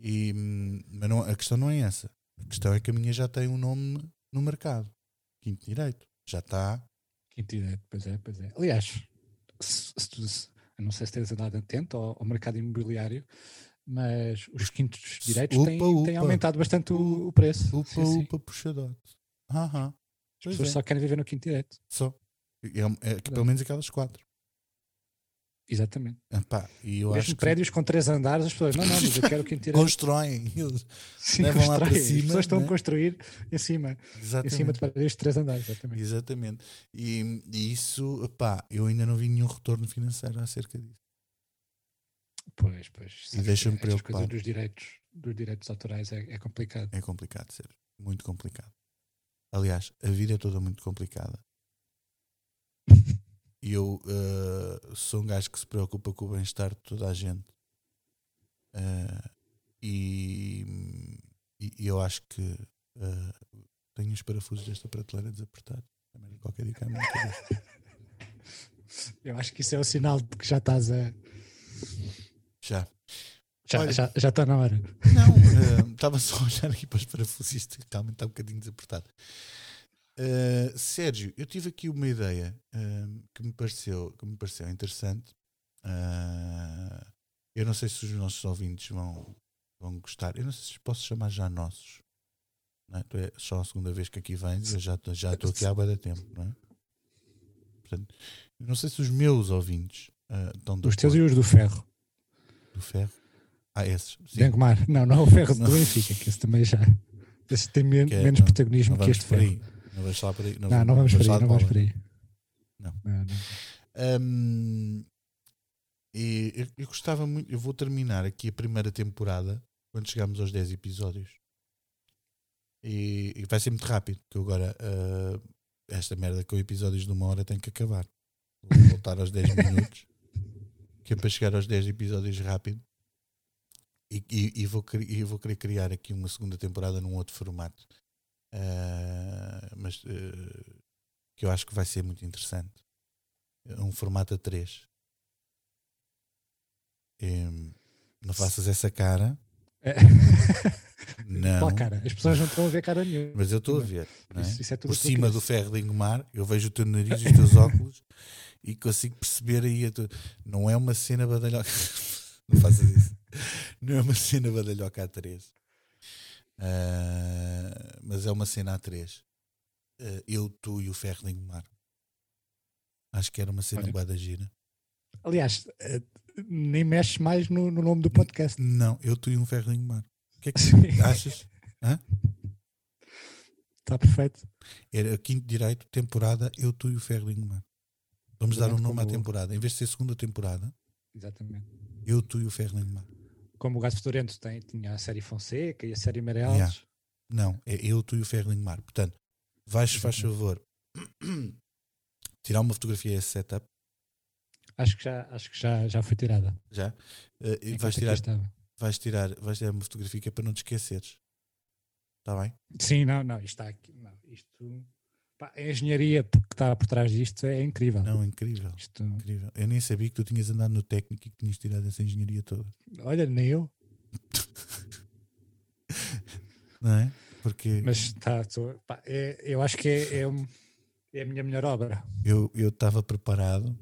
[SPEAKER 1] E, hum, mas não- a questão não é essa. A questão é que a minha já tem um nome no mercado. Quinto direito. Já tá está.
[SPEAKER 2] Quinto direito, pois é, pois é. Aliás, se, se tu, se- eu não sei se tens andado atento ao, ao mercado imobiliário, mas os quintos direitos têm,
[SPEAKER 1] Upa,
[SPEAKER 2] têm
[SPEAKER 1] upa.
[SPEAKER 2] aumentado bastante o, o preço.
[SPEAKER 1] Upa,
[SPEAKER 2] Sim, sim.
[SPEAKER 1] upa, puxadote. Aham.
[SPEAKER 2] As
[SPEAKER 1] Pois
[SPEAKER 2] pessoas
[SPEAKER 1] é.
[SPEAKER 2] só querem viver no quinto direito.
[SPEAKER 1] Só. É, é que pelo menos aquelas quatro.
[SPEAKER 2] Exatamente.
[SPEAKER 1] Epá, e eu acho
[SPEAKER 2] Mesmo
[SPEAKER 1] que
[SPEAKER 2] prédios com três andares, as pessoas, não, não, mas eu quero o quinto direito.
[SPEAKER 1] constroem. Eles-
[SPEAKER 2] Sim,
[SPEAKER 1] levam lá para
[SPEAKER 2] constroem. As
[SPEAKER 1] cima,
[SPEAKER 2] pessoas estão
[SPEAKER 1] né?
[SPEAKER 2] a construir em cima, em
[SPEAKER 1] Exatamente.
[SPEAKER 2] cima de prédios de três andares, exatamente.
[SPEAKER 1] Exatamente. E, e isso, pá, eu ainda não vi nenhum retorno financeiro acerca disso.
[SPEAKER 2] Pois, pois. sabes
[SPEAKER 1] deixa-me
[SPEAKER 2] que estas coisas
[SPEAKER 1] preocupado.
[SPEAKER 2] Dos direitos, dos direitos autorais é, é complicado.
[SPEAKER 1] É complicado, ser Muito complicado. Aliás, a vida é toda muito complicada. E eu eh, sou um gajo que se preocupa com o bem-estar de toda a gente. Eh, e, e- e eu acho que eh, tenho os parafusos desta prateleira desapertados. Também qualquer dia cai a minha cabeça.
[SPEAKER 2] Eu acho que isso é o sinal de que já estás a.
[SPEAKER 1] Já.
[SPEAKER 2] Já,
[SPEAKER 1] Olha.
[SPEAKER 2] já, já está na hora.
[SPEAKER 1] Não, eh, estava só a olhar aqui para os parafusos isto realmente está um bocadinho desapertado. Eh, Sérgio, eu tive aqui uma ideia eh, que, me pareceu, que me pareceu interessante. Ah, eu não sei se os nossos ouvintes vão, vão gostar. Eu não sei se posso chamar já nossos. Não é? Tu é só a segunda vez que aqui vens, eu já estou já estou aqui há bué de tempo, não é? Portanto, eu não sei se os meus ouvintes ah, estão do,
[SPEAKER 2] Os teus
[SPEAKER 1] acordo
[SPEAKER 2] e os do ferro.
[SPEAKER 1] do ferro. Ah, esses. Sim.
[SPEAKER 2] Dengomar. Não, não é o ferro
[SPEAKER 1] Não.
[SPEAKER 2] do Benfica, que esse também já. Esse tem men-
[SPEAKER 1] Que é-
[SPEAKER 2] menos
[SPEAKER 1] não,
[SPEAKER 2] protagonismo
[SPEAKER 1] Não
[SPEAKER 2] que
[SPEAKER 1] vamos
[SPEAKER 2] este
[SPEAKER 1] por
[SPEAKER 2] ferro.
[SPEAKER 1] aí. Não vamos lá por aí.
[SPEAKER 2] Não, não vamos por aí,
[SPEAKER 1] lá de
[SPEAKER 2] não vamos
[SPEAKER 1] bola.
[SPEAKER 2] por aí.
[SPEAKER 1] Não.
[SPEAKER 2] não, não.
[SPEAKER 1] Hum, e eu, eu gostava muito. Eu vou terminar aqui a primeira temporada quando chegarmos aos 10 episódios. E, e vai ser muito rápido, porque eu agora ah, esta merda com episódios de uma hora tem que acabar. Vou voltar aos 10 minutos, que é para chegar aos 10 episódios rápido. E, e- e vou, cri- e vou querer criar aqui uma segunda temporada num outro formato. Ah, mas ah, que eu acho que vai ser muito interessante um formato a 3. não faças essa cara.
[SPEAKER 2] É.
[SPEAKER 1] Não.
[SPEAKER 2] Qual cara? As pessoas não estão a ver cara nenhuma.
[SPEAKER 1] Mas eu estou a ver. não é?
[SPEAKER 2] Isso- isso é tudo
[SPEAKER 1] Por
[SPEAKER 2] o que eu
[SPEAKER 1] cima
[SPEAKER 2] penso.
[SPEAKER 1] do ferro de engomar, eu vejo o teu nariz e os teus óculos e consigo perceber aí a tua... Não é uma cena badalhoca. não faças isso. Não é uma cena badalhoca A3. Ah, mas é uma cena A3. Ah, eu, tu e o ferro de engomar. Acho que era uma cena
[SPEAKER 2] Olha.
[SPEAKER 1] bada gira.
[SPEAKER 2] Aliás, eh, nem mexe mais no, no nome do podcast.
[SPEAKER 1] Não, eu, tu e um ferro de engomar. O que é que
[SPEAKER 2] Está
[SPEAKER 1] achas?
[SPEAKER 2] perfeito.
[SPEAKER 1] Era quinto direito, temporada, eu, tu e o Ferlinho, mano. Vamos dar um
[SPEAKER 2] Exatamente
[SPEAKER 1] nome à
[SPEAKER 2] como-
[SPEAKER 1] temporada. Em vez de ser segunda temporada,
[SPEAKER 2] Exatamente.
[SPEAKER 1] eu, tu e o Ferlinho, mano.
[SPEAKER 2] Como o Gato Fedorento tem, tinha a série Fonseca e a série Meirelles.
[SPEAKER 1] Yeah. Não, é eu, tu e o Ferlinho, mano. Portanto, vais, faz
[SPEAKER 2] Exatamente.
[SPEAKER 1] favor, tirar uma fotografia a esse setup,
[SPEAKER 2] Acho que, já, acho que já, já foi tirada.
[SPEAKER 1] já. Eh, e
[SPEAKER 2] Enquanto
[SPEAKER 1] vais
[SPEAKER 2] aqui
[SPEAKER 1] tirar,
[SPEAKER 2] estava.
[SPEAKER 1] vais, tirar, vais tirar uma fotografia que é para não te esqueceres. Está bem?
[SPEAKER 2] Sim, não, não, isto está aqui. Não, isto, pá, a engenharia que está por trás disto é incrível.
[SPEAKER 1] Não, incrível.
[SPEAKER 2] Isto,
[SPEAKER 1] Incrível. Eu nem sabia que tu tinhas andado no técnico e que tinhas tirado essa engenharia toda.
[SPEAKER 2] olha, nem eu,
[SPEAKER 1] Não é? Porque
[SPEAKER 2] mas está. tô- pá, é- eu acho que é, é, um- é a minha melhor obra.
[SPEAKER 1] Eu eu estava preparado.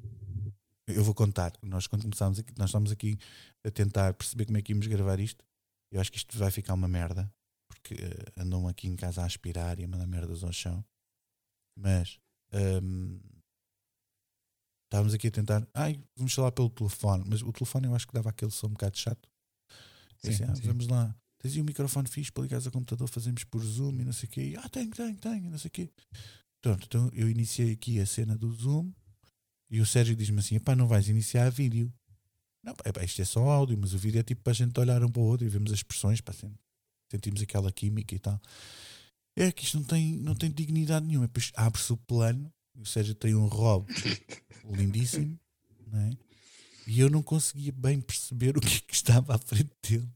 [SPEAKER 1] Eu vou contar. Nós quando começámos aqui, nós estamos aqui a tentar perceber como é que íamos gravar isto. Eu acho que isto vai ficar uma merda, porque eh, andam aqui em casa a aspirar e a mandar merdas ao chão. Mas hum, estávamos aqui a tentar. Ai, vamos falar pelo telefone, mas o telefone eu acho que dava aquele som um bocado chato. Eu
[SPEAKER 2] Sim,
[SPEAKER 1] disse, ah,
[SPEAKER 2] sim.
[SPEAKER 1] Vamos lá. Tens aí um microfone fixe para ligares ao computador, fazemos por Zoom e não sei o quê. E, ah, tenho, tenho, tenho, e não sei o quê. Pronto, então eu iniciei aqui a cena do Zoom e o Sérgio diz-me assim: pá, não vais iniciar vídeo. Não, pá, isto é só áudio, mas o vídeo é tipo para a gente olhar um para o outro e vemos as expressões, pá, sen- sentimos aquela química e tal. É que isto não tem, não tem dignidade nenhuma. Depois abre-se o plano, e o Sérgio tem um robe lindíssimo, não é? E eu não conseguia bem perceber o que, é que estava à frente dele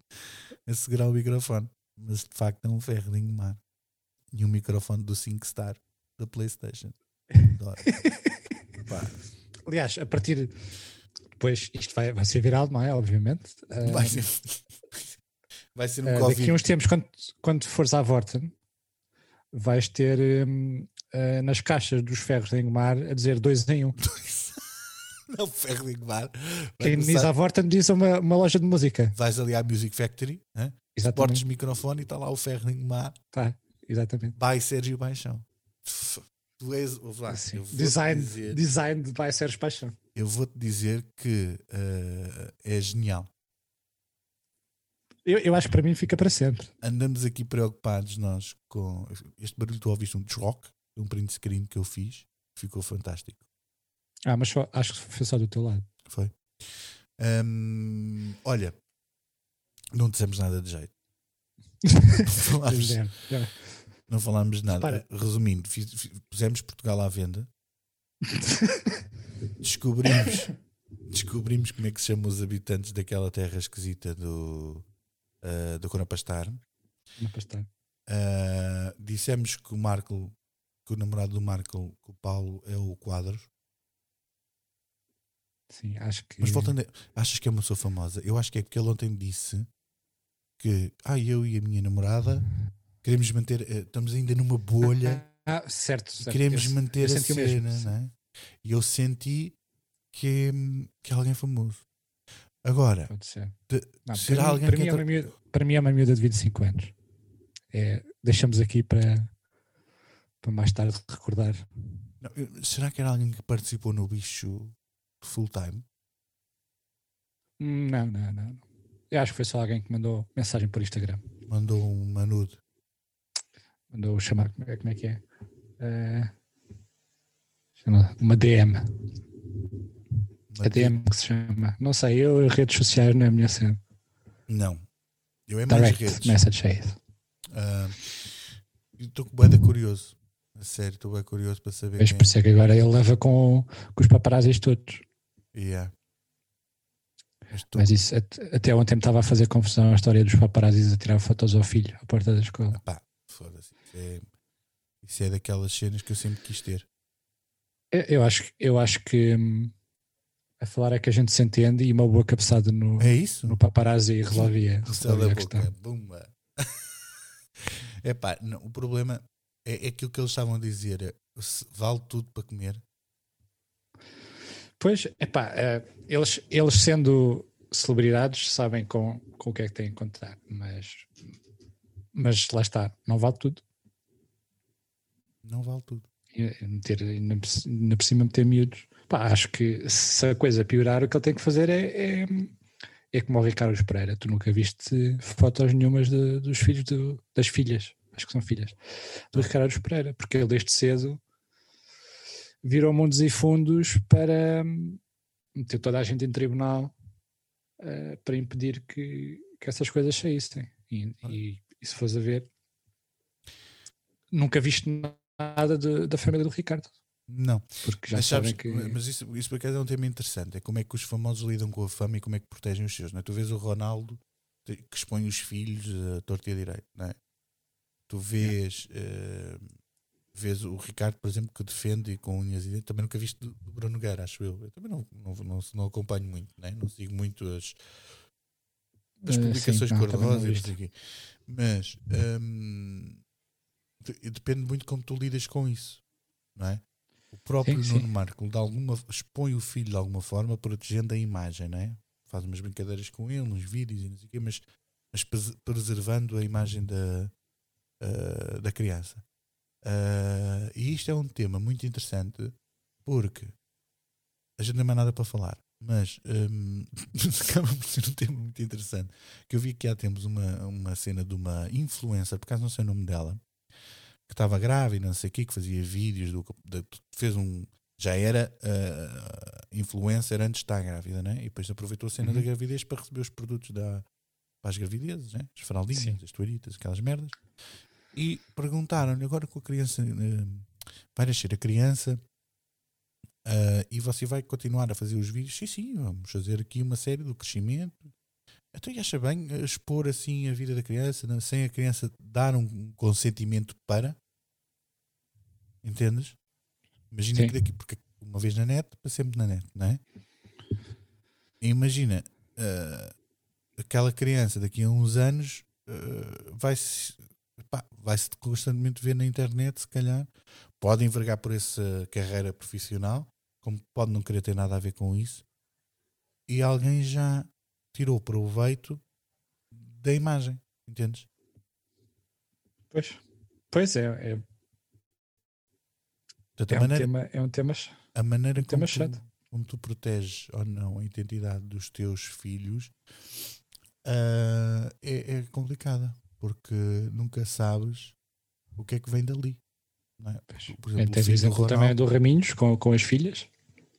[SPEAKER 1] a segurar o microfone. Mas de facto é um ferro de engomar. E um microfone do 5 Star da PlayStation. Adoro. Pá,
[SPEAKER 2] Aliás, a partir. Depois isto vai, vai ser viral, não é? Obviamente. Ah,
[SPEAKER 1] vai, ser, vai ser um
[SPEAKER 2] Ah,
[SPEAKER 1] Covid.
[SPEAKER 2] daqui a uns tempos, quando, quando fores à Vorten, vais ter hum, ah, nas caixas dos ferros de Engomar a dizer dois em um.
[SPEAKER 1] Não, ferro de engomar. um Vai
[SPEAKER 2] Quem diz
[SPEAKER 1] começar-
[SPEAKER 2] à Vorten diz a uma, uma loja de música.
[SPEAKER 1] Vais ali à Music Factory, hã? portes
[SPEAKER 2] Exatamente.
[SPEAKER 1] microfone e está lá o ferro de engomar.
[SPEAKER 2] Tá, exatamente.
[SPEAKER 1] Vai Sérgio Baixão. Tu és. ouve lá,
[SPEAKER 2] Assim,
[SPEAKER 1] eu vou-te
[SPEAKER 2] design,
[SPEAKER 1] dizer-
[SPEAKER 2] design de vai Sérgio Paixão.
[SPEAKER 1] eu vou-te dizer que eh, é genial.
[SPEAKER 2] Eu, eu acho que para mim fica para sempre.
[SPEAKER 1] andamos aqui preocupados nós com este barulho tu ouviste um desroque, um print screen que eu fiz, ficou fantástico.
[SPEAKER 2] Ah, mas só, acho que foi só do teu lado.
[SPEAKER 1] Foi. Hum, olha, não dissemos nada de jeito. Não falámos,
[SPEAKER 2] Pois é, já.
[SPEAKER 1] não falámos de nada.
[SPEAKER 2] Repara.
[SPEAKER 1] Resumindo, fiz- fiz- pusemos Portugal à venda, descobrimos, descobrimos como é que se chamam os habitantes daquela terra esquisita do, ah, do Conapastar.
[SPEAKER 2] Não, pois tá.
[SPEAKER 1] Uh, dissemos que o Marco, que o namorado do Marco, que o Paulo, é o Quadros.
[SPEAKER 2] Sim, acho que.
[SPEAKER 1] Mas voltando, a, achas que é uma pessoa famosa? Eu acho que é porque ele ontem disse que, ah, eu e a minha namorada queremos manter, eh, estamos ainda numa bolha
[SPEAKER 2] Ah, certo.
[SPEAKER 1] e
[SPEAKER 2] certo.
[SPEAKER 1] queremos
[SPEAKER 2] Eu-
[SPEAKER 1] manter a
[SPEAKER 2] senti o mesmo,
[SPEAKER 1] cena,
[SPEAKER 2] sim.
[SPEAKER 1] não é? E eu senti que, hum, que é alguém famoso. Agora,
[SPEAKER 2] Pode ser.
[SPEAKER 1] de-
[SPEAKER 2] Não,
[SPEAKER 1] será
[SPEAKER 2] para, mim,
[SPEAKER 1] alguém
[SPEAKER 2] para
[SPEAKER 1] que
[SPEAKER 2] mim é
[SPEAKER 1] entra-
[SPEAKER 2] uma miúda, para mim é uma miúda de 25 anos. É, deixamos aqui para, para mais tarde recordar.
[SPEAKER 1] não, eu- será que era alguém que participou no bicho full time?
[SPEAKER 2] Hum, Não, não, não. Eu acho que foi só alguém que mandou mensagem por Instagram.
[SPEAKER 1] Mandou um manudo.
[SPEAKER 2] Mandou chamar, como é, como é que é? Eh, chama- uma DM. A DM que se chama. Não sei, eu redes sociais não é a minha cena.
[SPEAKER 1] Não. Eu é mais
[SPEAKER 2] Direct
[SPEAKER 1] redes.
[SPEAKER 2] message é isso.
[SPEAKER 1] Ah, eu Estou bem curioso. A sério, estou bem curioso para saber.
[SPEAKER 2] Mas
[SPEAKER 1] Quem
[SPEAKER 2] por isso é que agora ele leva com, com os paparazzis todos.
[SPEAKER 1] é. Yeah. Mas tô-
[SPEAKER 2] Mas isso, at- até ontem me estava a fazer confusão a história dos paparazzis a tirar fotos ao filho à porta da escola.
[SPEAKER 1] Pá, foda-se. Isso é, isso é daquelas cenas que eu sempre quis ter.
[SPEAKER 2] Eu, eu acho, que- eu acho que hum, a falar é que a gente se entende e uma boa cabeçada no,
[SPEAKER 1] É isso?
[SPEAKER 2] no paparazzi resolvia,
[SPEAKER 1] Céu
[SPEAKER 2] resolvia
[SPEAKER 1] da
[SPEAKER 2] a questão.
[SPEAKER 1] boca. Bumba. É pá, não, o problema é, é aquilo que eles estavam a dizer: é, se vale tudo para comer.
[SPEAKER 2] Pois, epá, eh, eles, eles sendo celebridades sabem com, com o que é que têm que contar, mas, mas lá está, não vale tudo.
[SPEAKER 1] Não vale tudo.
[SPEAKER 2] E, e meter, eh, ainda por ci- ainda por cima meter miúdos. Pá, acho que se a coisa piorar, o que ele tem que fazer é, é, é como o Ricardo Pereira. Tu nunca viste fotos nenhumas de- dos filhos do- das filhas, acho que são filhas, do Ricardo Pereira, porque ele desde cedo virou mundos e fundos para hum, meter toda a gente em tribunal eh, para impedir que, que essas coisas saíssem. E, e, e se fores a ver, nunca viste nada de- da família do Ricardo.
[SPEAKER 1] Não,
[SPEAKER 2] Porque já
[SPEAKER 1] mas, sabes,
[SPEAKER 2] sabem que.
[SPEAKER 1] mas isso, isso por acaso é um tema interessante: é como é que os famosos lidam com a fama e como é que protegem os seus. Não é? Tu vês o Ronaldo te- que expõe os filhos a torta e a direito, não é? tu vês, eh, vês o Ricardo, por exemplo, que defende e com unhas e dentes. Também nunca viste do do Bruno Nogueira, acho eu. Eu também não, não, não, não acompanho muito, né? não sigo muito as, as
[SPEAKER 2] Eh,
[SPEAKER 1] publicações
[SPEAKER 2] sim, não, também não
[SPEAKER 1] cor-de-rosa e não
[SPEAKER 2] viste.
[SPEAKER 1] sei o quê. Mas hum, de- depende muito como tu lidas com isso, não é? O próprio
[SPEAKER 2] Sim, sim.
[SPEAKER 1] Nuno Marco de alguma, expõe o filho de alguma forma protegendo a imagem, não é? Faz umas brincadeiras com ele, uns vídeos e não sei o quê, mas, mas pres- preservando a imagem da, ah, da criança. Ah, e isto é um tema muito interessante porque a gente não tem mais nada para falar, mas hum, acaba por ser um tema muito interessante. Que eu vi que há tempos uma, uma cena de uma influencer, por acaso não sei o nome dela, que estava grávida, não sei o quê, que fazia vídeos, do, da- fez um. Já era ah, influencer antes de estar grávida, né? E depois aproveitou a cena
[SPEAKER 2] Uhum.
[SPEAKER 1] da gravidez para receber os produtos da, para as gravidezes, né? As fraldinhas,
[SPEAKER 2] Sim.
[SPEAKER 1] as toalhitas, aquelas merdas. E perguntaram-lhe agora com a criança. hum, vai nascer a criança ah, e você vai continuar a fazer os vídeos? Sim, sim, vamos fazer aqui uma série do crescimento. Então, e acha bem eh, expor assim a vida da criança, não- sem a criança dar um consentimento para? Entendes? Imagina
[SPEAKER 2] Sim.
[SPEAKER 1] que daqui, porque uma vez na net, para sempre na net, não é? Imagina ah, aquela criança daqui a uns anos ah, vai-se pá, vai-se constantemente ver na internet, se calhar, pode envergar por essa carreira profissional, como pode não querer ter nada a ver com isso, e alguém já tirou proveito da imagem, entendes?
[SPEAKER 2] Pois, pois é, é,
[SPEAKER 1] Portanto,
[SPEAKER 2] é
[SPEAKER 1] a,
[SPEAKER 2] um
[SPEAKER 1] maneira,
[SPEAKER 2] tema, é um tema.
[SPEAKER 1] a maneira
[SPEAKER 2] tema
[SPEAKER 1] como,
[SPEAKER 2] chato.
[SPEAKER 1] tu, como tu proteges ou não a identidade dos teus filhos ah, é, é complicada, porque nunca sabes o que é que vem dali. não é?
[SPEAKER 2] Pois.
[SPEAKER 1] Por
[SPEAKER 2] É,
[SPEAKER 1] exemplo, o
[SPEAKER 2] Tens o
[SPEAKER 1] filho do
[SPEAKER 2] exemplo também
[SPEAKER 1] Ronaldo-
[SPEAKER 2] do Raminhos com, com as filhas.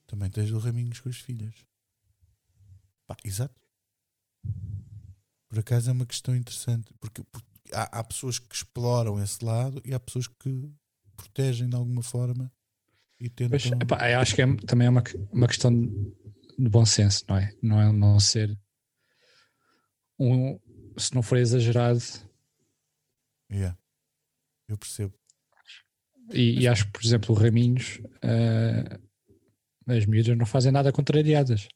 [SPEAKER 1] Também tens o Raminhos com as filhas. Pá, exato. Por acaso é uma questão interessante, porque, porque há, há pessoas que exploram esse lado e há pessoas que protegem de alguma forma e tentam.
[SPEAKER 2] Pois, epá, eu acho que é- também é uma, que- uma questão de bom senso, não é? Não é não ser um, se não for exagerado,
[SPEAKER 1] Yeah. Eu percebo.
[SPEAKER 2] e, e acho que, por exemplo, o Raminhos, ah, as miúdas não fazem nada contrariadas.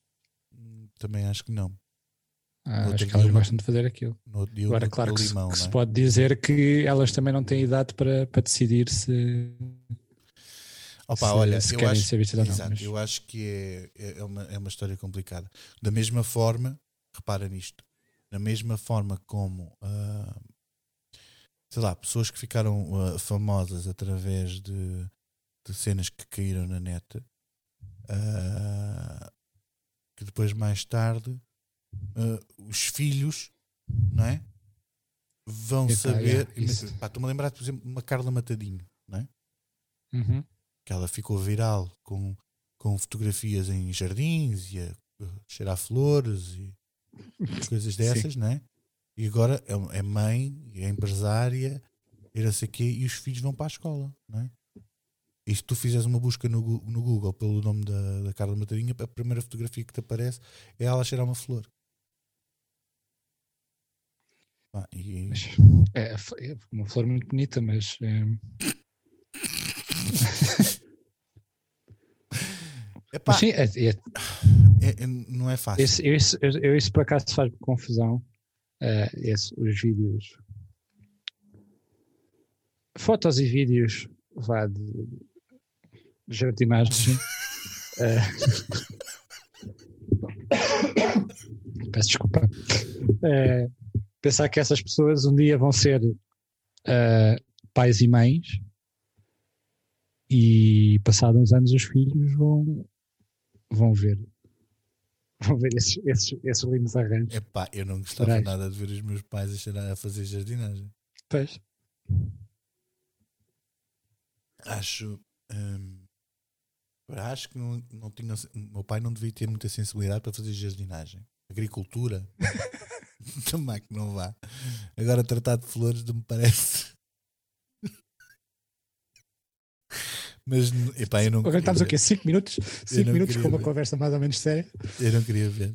[SPEAKER 1] Hum, Também acho que não.
[SPEAKER 2] Ah,
[SPEAKER 1] Outro
[SPEAKER 2] acho que elas
[SPEAKER 1] dia-
[SPEAKER 2] gostam de fazer aquilo.
[SPEAKER 1] No outro dia,
[SPEAKER 2] Agora,
[SPEAKER 1] no outro
[SPEAKER 2] claro que, se-
[SPEAKER 1] limão,
[SPEAKER 2] que se
[SPEAKER 1] não é?
[SPEAKER 2] pode dizer que elas também não têm idade para, para decidir se,
[SPEAKER 1] Opa,
[SPEAKER 2] se-
[SPEAKER 1] olha,
[SPEAKER 2] se
[SPEAKER 1] eu
[SPEAKER 2] querem
[SPEAKER 1] acho,
[SPEAKER 2] ser vistas ou não,
[SPEAKER 1] Exato,
[SPEAKER 2] mas-
[SPEAKER 1] eu acho que é, é, uma, é uma história complicada. Da mesma forma, repara nisto, da mesma forma como, ah, sei lá, pessoas que ficaram ah, famosas através de, de cenas que caíram na net, ah, que depois, mais tarde, ah, os filhos, não é? Vão
[SPEAKER 2] Epá,
[SPEAKER 1] saber.
[SPEAKER 2] é, isso.
[SPEAKER 1] Pá, Estou-me a lembrar, por exemplo, de uma Carla Matadinho
[SPEAKER 2] Uhum.
[SPEAKER 1] que ela ficou viral com, com fotografias em jardins e a uh, cheirar flores e coisas dessas, né? E agora é, é mãe, é empresária, e não sei o quê, e os filhos vão para a escola, né? E se tu fizeres uma busca no, Gu- no Google pelo nome da, da Carla Matarinha, a primeira fotografia que te aparece é ela a cheirar uma flor. Ah, e-
[SPEAKER 2] Mas, é, é uma flor muito bonita, mas é,
[SPEAKER 1] Epá,
[SPEAKER 2] mas sim, é- é-
[SPEAKER 1] é- é- não é fácil.
[SPEAKER 2] Esse, esse, eu- eu isso por acaso faz confusão. eh, esse- os vídeos fotos e vídeos vá de, de jardinagem. Eh, Peço desculpa. Eh, pensar que essas pessoas um dia vão ser eh, pais e mães e passados uns anos os filhos vão, vão ver vão ver esses, esses, esses lindos arranjos.
[SPEAKER 1] Epá, eu não gostava
[SPEAKER 2] Serás?
[SPEAKER 1] nada de ver os meus pais a cheirar- a fazer jardinagem.
[SPEAKER 2] Pois.
[SPEAKER 1] Acho. hum, acho que não, não tinha. Meu pai não devia ter muita sensibilidade para fazer jardinagem. Agricultura. Também que não vá. Agora tratar de flores não me parece. Mas, epá, eu não.
[SPEAKER 2] Agora estamos o quê? 5 minutos? 5
[SPEAKER 1] não
[SPEAKER 2] minutos
[SPEAKER 1] queria
[SPEAKER 2] com uma
[SPEAKER 1] ver.
[SPEAKER 2] conversa mais ou menos séria?
[SPEAKER 1] Eu não queria ver.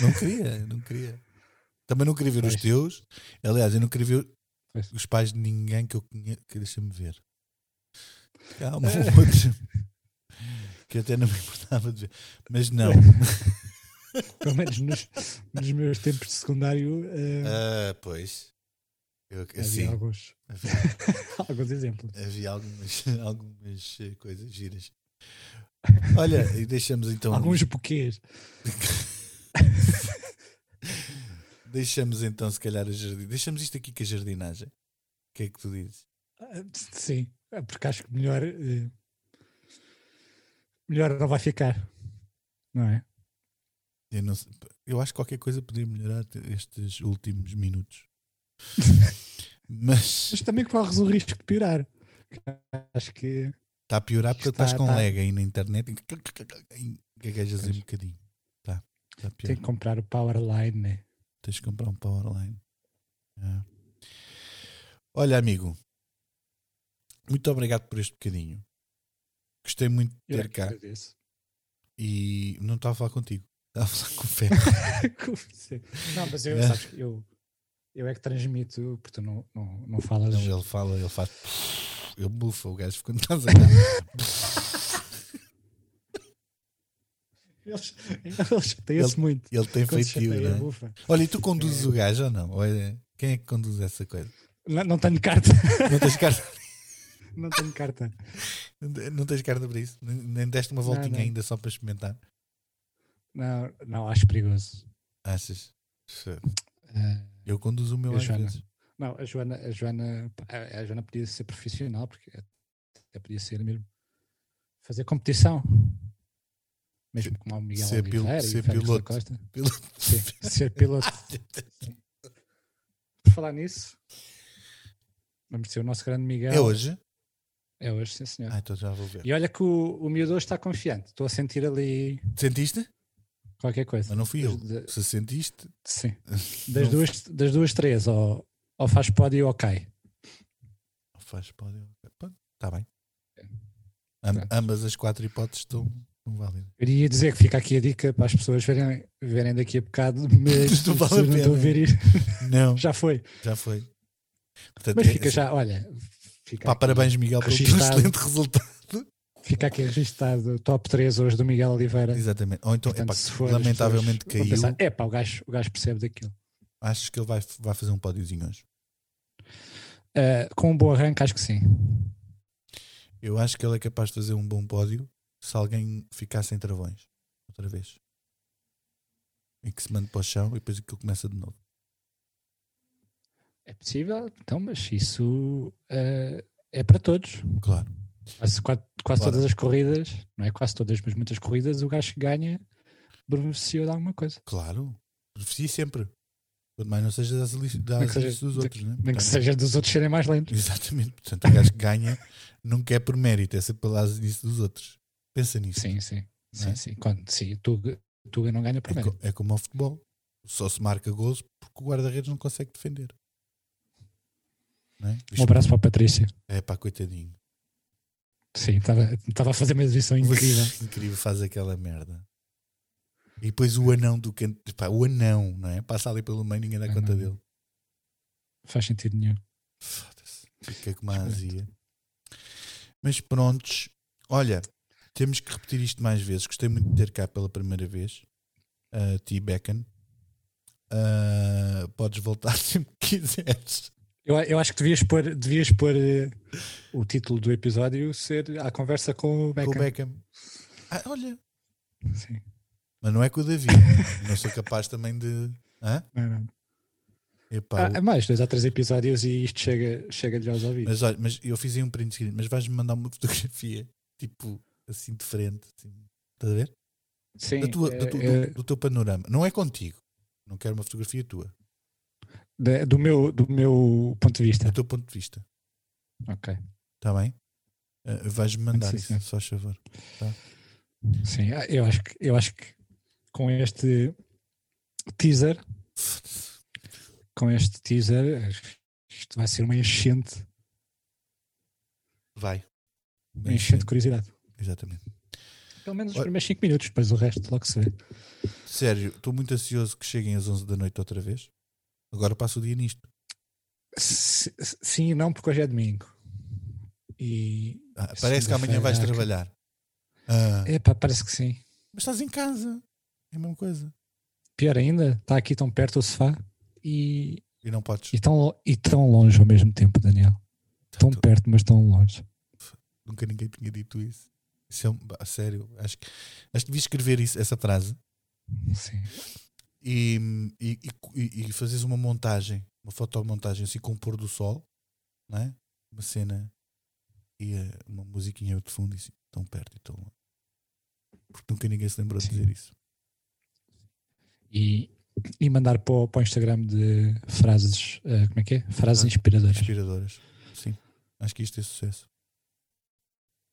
[SPEAKER 1] Não queria, eu não queria. Também não queria ver os
[SPEAKER 2] Pois.
[SPEAKER 1] teus. Aliás, eu não queria ver
[SPEAKER 2] Pois.
[SPEAKER 1] os pais de ninguém que eu conheço. Que deixa-me ver. Calma,
[SPEAKER 2] É.
[SPEAKER 1] outra. Que até não me importava de ver. Mas não.
[SPEAKER 2] Pelo menos nos, nos meus tempos de secundário eh,
[SPEAKER 1] Ah, pois. Eu,
[SPEAKER 2] havia
[SPEAKER 1] assim,
[SPEAKER 2] alguns,
[SPEAKER 1] havia,
[SPEAKER 2] alguns exemplos.
[SPEAKER 1] havia algumas, algumas eh, coisas giras. Olha, e deixamos então.
[SPEAKER 2] alguns buquês.
[SPEAKER 1] Deixamos então, se calhar, a jardinagem. Deixamos isto aqui com a jardinagem. O que é que tu dizes?
[SPEAKER 2] Ah, Sim, é porque acho que melhor. eh, melhor não vai ficar. Não é?
[SPEAKER 1] Eu, não sei- eu acho que qualquer coisa podia melhorar te- estes últimos minutos. Mas
[SPEAKER 2] Mas também corres o risco de piorar. Acho que.
[SPEAKER 1] está tá a piorar porque
[SPEAKER 2] Está-
[SPEAKER 1] estás com
[SPEAKER 2] está.
[SPEAKER 1] lag aí na internet e gaguejas aí um
[SPEAKER 2] Pois.
[SPEAKER 1] bocadinho. Tá, está a
[SPEAKER 2] Tem
[SPEAKER 1] piorar.
[SPEAKER 2] que comprar o Powerline, né?
[SPEAKER 1] Tens de comprar um Powerline. Ah. Olha, amigo, muito obrigado por este bocadinho. Gostei muito de
[SPEAKER 2] Eu
[SPEAKER 1] ter
[SPEAKER 2] é que
[SPEAKER 1] cá
[SPEAKER 2] agradeço.
[SPEAKER 1] e não estava a falar contigo, estava a falar com o Ferro.
[SPEAKER 2] não, mas eu,
[SPEAKER 1] É.
[SPEAKER 2] sabes, que eu, eu é que transmito, porque tu não, não, não falas.
[SPEAKER 1] Não, ele fala, ele faz. Ele bufa, o gajo quando estás a cá.
[SPEAKER 2] Eles, eles chateiam-se muito.
[SPEAKER 1] Ele tem
[SPEAKER 2] Quando se
[SPEAKER 1] feitio,
[SPEAKER 2] chateia,
[SPEAKER 1] não é?
[SPEAKER 2] bufa.
[SPEAKER 1] Olha, e tu conduzes o gajo ou não? Ou é- Quem é que conduz essa coisa?
[SPEAKER 2] Não, não tenho carta.
[SPEAKER 1] Não tens carta,
[SPEAKER 2] Não tenho carta.
[SPEAKER 1] não tens carta para isso? Nem- Nem deste uma
[SPEAKER 2] Não,
[SPEAKER 1] voltinha
[SPEAKER 2] não.
[SPEAKER 1] ainda só para experimentar?
[SPEAKER 2] Não, não acho perigoso.
[SPEAKER 1] Achas?
[SPEAKER 2] Ah,
[SPEAKER 1] Eu conduzo o meu
[SPEAKER 2] Eu
[SPEAKER 1] às
[SPEAKER 2] já não.
[SPEAKER 1] vezes.
[SPEAKER 2] não, a Joana, a Joana, a a Joana podia ser profissional, porque até podia ser mesmo fazer competição. Mesmo como o Miguel
[SPEAKER 1] ser pil-
[SPEAKER 2] Oliveira e o
[SPEAKER 1] ser
[SPEAKER 2] Félix da
[SPEAKER 1] piloto.
[SPEAKER 2] Costa.
[SPEAKER 1] Piloto.
[SPEAKER 2] Sim, ser piloto. Por falar nisso, vamos ter o nosso grande Miguel.
[SPEAKER 1] É hoje?
[SPEAKER 2] É hoje, sim senhor.
[SPEAKER 1] Ah, então já vou ver.
[SPEAKER 2] E olha que o, o miúdo hoje está confiante. Estou a sentir ali
[SPEAKER 1] Sentiste?
[SPEAKER 2] qualquer coisa.
[SPEAKER 1] Mas não fui eu.
[SPEAKER 2] De-
[SPEAKER 1] Se sentiste,
[SPEAKER 2] Sim.
[SPEAKER 1] Não-
[SPEAKER 2] Das duas, das duas três, ou, ou faz pódio ou cai.
[SPEAKER 1] não faz pódio. Está tá bem.
[SPEAKER 2] É.
[SPEAKER 1] Am- ambas as quatro hipóteses estão estão válidas.
[SPEAKER 2] Eu ia dizer que fica aqui a dica para as pessoas verem, verem daqui a bocado, mas
[SPEAKER 1] Isto
[SPEAKER 2] se
[SPEAKER 1] vale a
[SPEAKER 2] não estão
[SPEAKER 1] pena.
[SPEAKER 2] a ver isto,
[SPEAKER 1] Não,
[SPEAKER 2] já foi.
[SPEAKER 1] já foi. Portanto,
[SPEAKER 2] Mas
[SPEAKER 1] é-
[SPEAKER 2] fica já, olha, fica,
[SPEAKER 1] Pá, parabéns, Miguel, pelo teu
[SPEAKER 2] Registado.
[SPEAKER 1] excelente resultado.
[SPEAKER 2] fica aqui registado o top 3 hoje do Miguel Oliveira.
[SPEAKER 1] Exatamente. Ou então,
[SPEAKER 2] Portanto,
[SPEAKER 1] epá,
[SPEAKER 2] se for, as
[SPEAKER 1] lamentavelmente
[SPEAKER 2] pessoas vão
[SPEAKER 1] caiu.
[SPEAKER 2] pensar, Epá, o gajo, o gajo percebe daquilo.
[SPEAKER 1] Achas que ele vai, vai fazer um pódiozinho hoje?
[SPEAKER 2] Ah, com um bom arranque, acho que sim.
[SPEAKER 1] Eu acho que ele é capaz de fazer um bom pódio se alguém ficar sem travões. Outra vez. E que se mande para o chão e depois aquilo começa de novo.
[SPEAKER 2] É possível, então, mas isso ah, é para todos.
[SPEAKER 1] Claro.
[SPEAKER 2] Quase, quase, quase
[SPEAKER 1] Claro.
[SPEAKER 2] todas as corridas, não é quase todas, mas muitas corridas, o gajo que ganha beneficiou de alguma coisa.
[SPEAKER 1] Claro. Beneficia sempre. Quanto mais não seja das listas
[SPEAKER 2] Nem que seja
[SPEAKER 1] dos
[SPEAKER 2] de-
[SPEAKER 1] outros, né?
[SPEAKER 2] Nem que
[SPEAKER 1] Portanto,
[SPEAKER 2] seja dos outros serem mais lentos.
[SPEAKER 1] Exatamente. Portanto, o gajo que ganha nunca é por mérito, é sempre pelas listas dos outros. Pensa nisso.
[SPEAKER 2] Sim, sim.
[SPEAKER 1] Não
[SPEAKER 2] Sim,
[SPEAKER 1] é?
[SPEAKER 2] sim. Quando, sim, Tuga, Tuga não ganha
[SPEAKER 1] É,
[SPEAKER 2] primeiro.
[SPEAKER 1] co- é como ao futebol. Só se marca gols porque o guarda-redes não consegue defender. Não é?
[SPEAKER 2] Um abraço para a Patrícia.
[SPEAKER 1] É pá, coitadinho.
[SPEAKER 2] Sim, estava- estava a fazer uma exibição incrível.
[SPEAKER 1] Incrível, faz aquela merda. E depois o anão do canto. Pá, o anão, não é? Passa ali pelo meio, ninguém dá
[SPEAKER 2] Anão.
[SPEAKER 1] conta dele.
[SPEAKER 2] Faz sentido nenhum.
[SPEAKER 1] Foda-se. Fica com uma
[SPEAKER 2] Espeto.
[SPEAKER 1] azia. Mas prontos. Olha, temos que repetir isto mais vezes. Gostei muito de ter cá pela primeira vez. eh, Uh, T. Becken. Ah, podes voltar sempre que quiseres.
[SPEAKER 2] Eu, eu acho que devias pôr, devias pôr eh, o título do episódio ser a conversa com o
[SPEAKER 1] Com
[SPEAKER 2] Beckham.
[SPEAKER 1] o Beckham. Ah, olha,
[SPEAKER 2] Sim.
[SPEAKER 1] mas não é com o Davi. não sou capaz também de. Hã?
[SPEAKER 2] Não, é não.
[SPEAKER 1] Epá,
[SPEAKER 2] Ah, mais dois ou três episódios e isto chega- chega-lhe aos ouvidos.
[SPEAKER 1] Mas olha, mas eu fiz aí um print screen, mas vais-me mandar uma fotografia, tipo, assim de frente, assim, estás a ver?
[SPEAKER 2] Sim,
[SPEAKER 1] Da tua,
[SPEAKER 2] eh,
[SPEAKER 1] da tu-
[SPEAKER 2] eh,
[SPEAKER 1] do, do teu panorama. Não é contigo. Não quero uma fotografia tua.
[SPEAKER 2] da- do, meu, do meu ponto de vista.
[SPEAKER 1] é Do teu ponto de vista.
[SPEAKER 2] Ok.
[SPEAKER 1] Está bem? Ah, vais-me mandar
[SPEAKER 2] Sim,
[SPEAKER 1] isso,
[SPEAKER 2] senhor.
[SPEAKER 1] se faz favor.
[SPEAKER 2] Sim, ah, eu acho que, eu acho que com este teaser, com este teaser, isto vai ser uma enchente,
[SPEAKER 1] Vai.
[SPEAKER 2] uma enchente de curiosidade.
[SPEAKER 1] Exatamente.
[SPEAKER 2] Pelo menos os
[SPEAKER 1] Olha-
[SPEAKER 2] primeiros 5 minutos, depois o resto logo se vê.
[SPEAKER 1] Sério, estou muito ansioso que cheguem às 11 da noite outra vez. Agora passo o dia nisto.
[SPEAKER 2] S- s- Sim e não, porque hoje é domingo. E
[SPEAKER 1] Ah, parece que amanhã vais
[SPEAKER 2] Segunda-feira,
[SPEAKER 1] trabalhar. Ah,
[SPEAKER 2] epá, parece que sim.
[SPEAKER 1] mas estás em casa. É a mesma coisa.
[SPEAKER 2] Pior ainda, está aqui tão perto o sofá e,
[SPEAKER 1] E não podes.
[SPEAKER 2] e, tão, lo- e tão longe ao mesmo tempo, Daniel. é Tão
[SPEAKER 1] Tu-
[SPEAKER 2] perto, mas tão longe.
[SPEAKER 1] Nunca ninguém tinha dito isso. Isso é um, bah, sério, acho que, acho que devia escrever isso, essa frase
[SPEAKER 2] Sim.
[SPEAKER 1] e, e, e- e, e fazeres uma montagem, uma fotomontagem assim com o pôr do sol, não é? uma cena e eh, uma musiquinha de fundo e assim, tão perto e tão longe. Porque nunca ninguém se lembrou de
[SPEAKER 2] Sim.
[SPEAKER 1] dizer isso.
[SPEAKER 2] E, e mandar para o, para o Instagram de frases, eh, como é que é? Frases
[SPEAKER 1] Ah,
[SPEAKER 2] inspiradoras.
[SPEAKER 1] Inspiradoras. Sim, acho que isto é sucesso.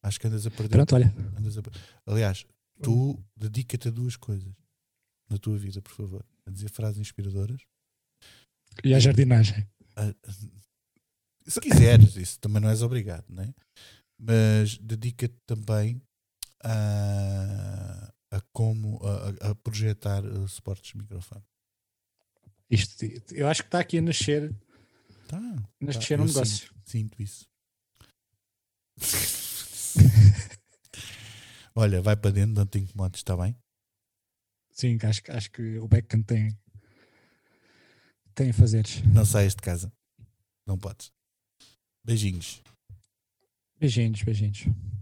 [SPEAKER 1] Acho que andas a perder.
[SPEAKER 2] Pronto, olha,
[SPEAKER 1] Andas a- Aliás, tu dedica-te a duas coisas na tua vida, por favor. A dizer frases inspiradoras.
[SPEAKER 2] e a jardinagem.
[SPEAKER 1] a- Se quiseres, isso também não és obrigado, né? Mas dedica-te também a, a como a, a- a projetar uh, suportes de microfone.
[SPEAKER 2] Isto, eu acho que está aqui a nascer,
[SPEAKER 1] Tá,
[SPEAKER 2] nascer
[SPEAKER 1] tá,
[SPEAKER 2] um
[SPEAKER 1] eu
[SPEAKER 2] negócio.
[SPEAKER 1] Sinto, sinto isso. Olha, vai para dentro, não te incomodes, está bem?
[SPEAKER 2] Sim, que acho, que- acho que o Beckham tem, tem a fazer.
[SPEAKER 1] Não saias de casa. Não podes. Beijinhos.
[SPEAKER 2] Beijinhos, beijinhos.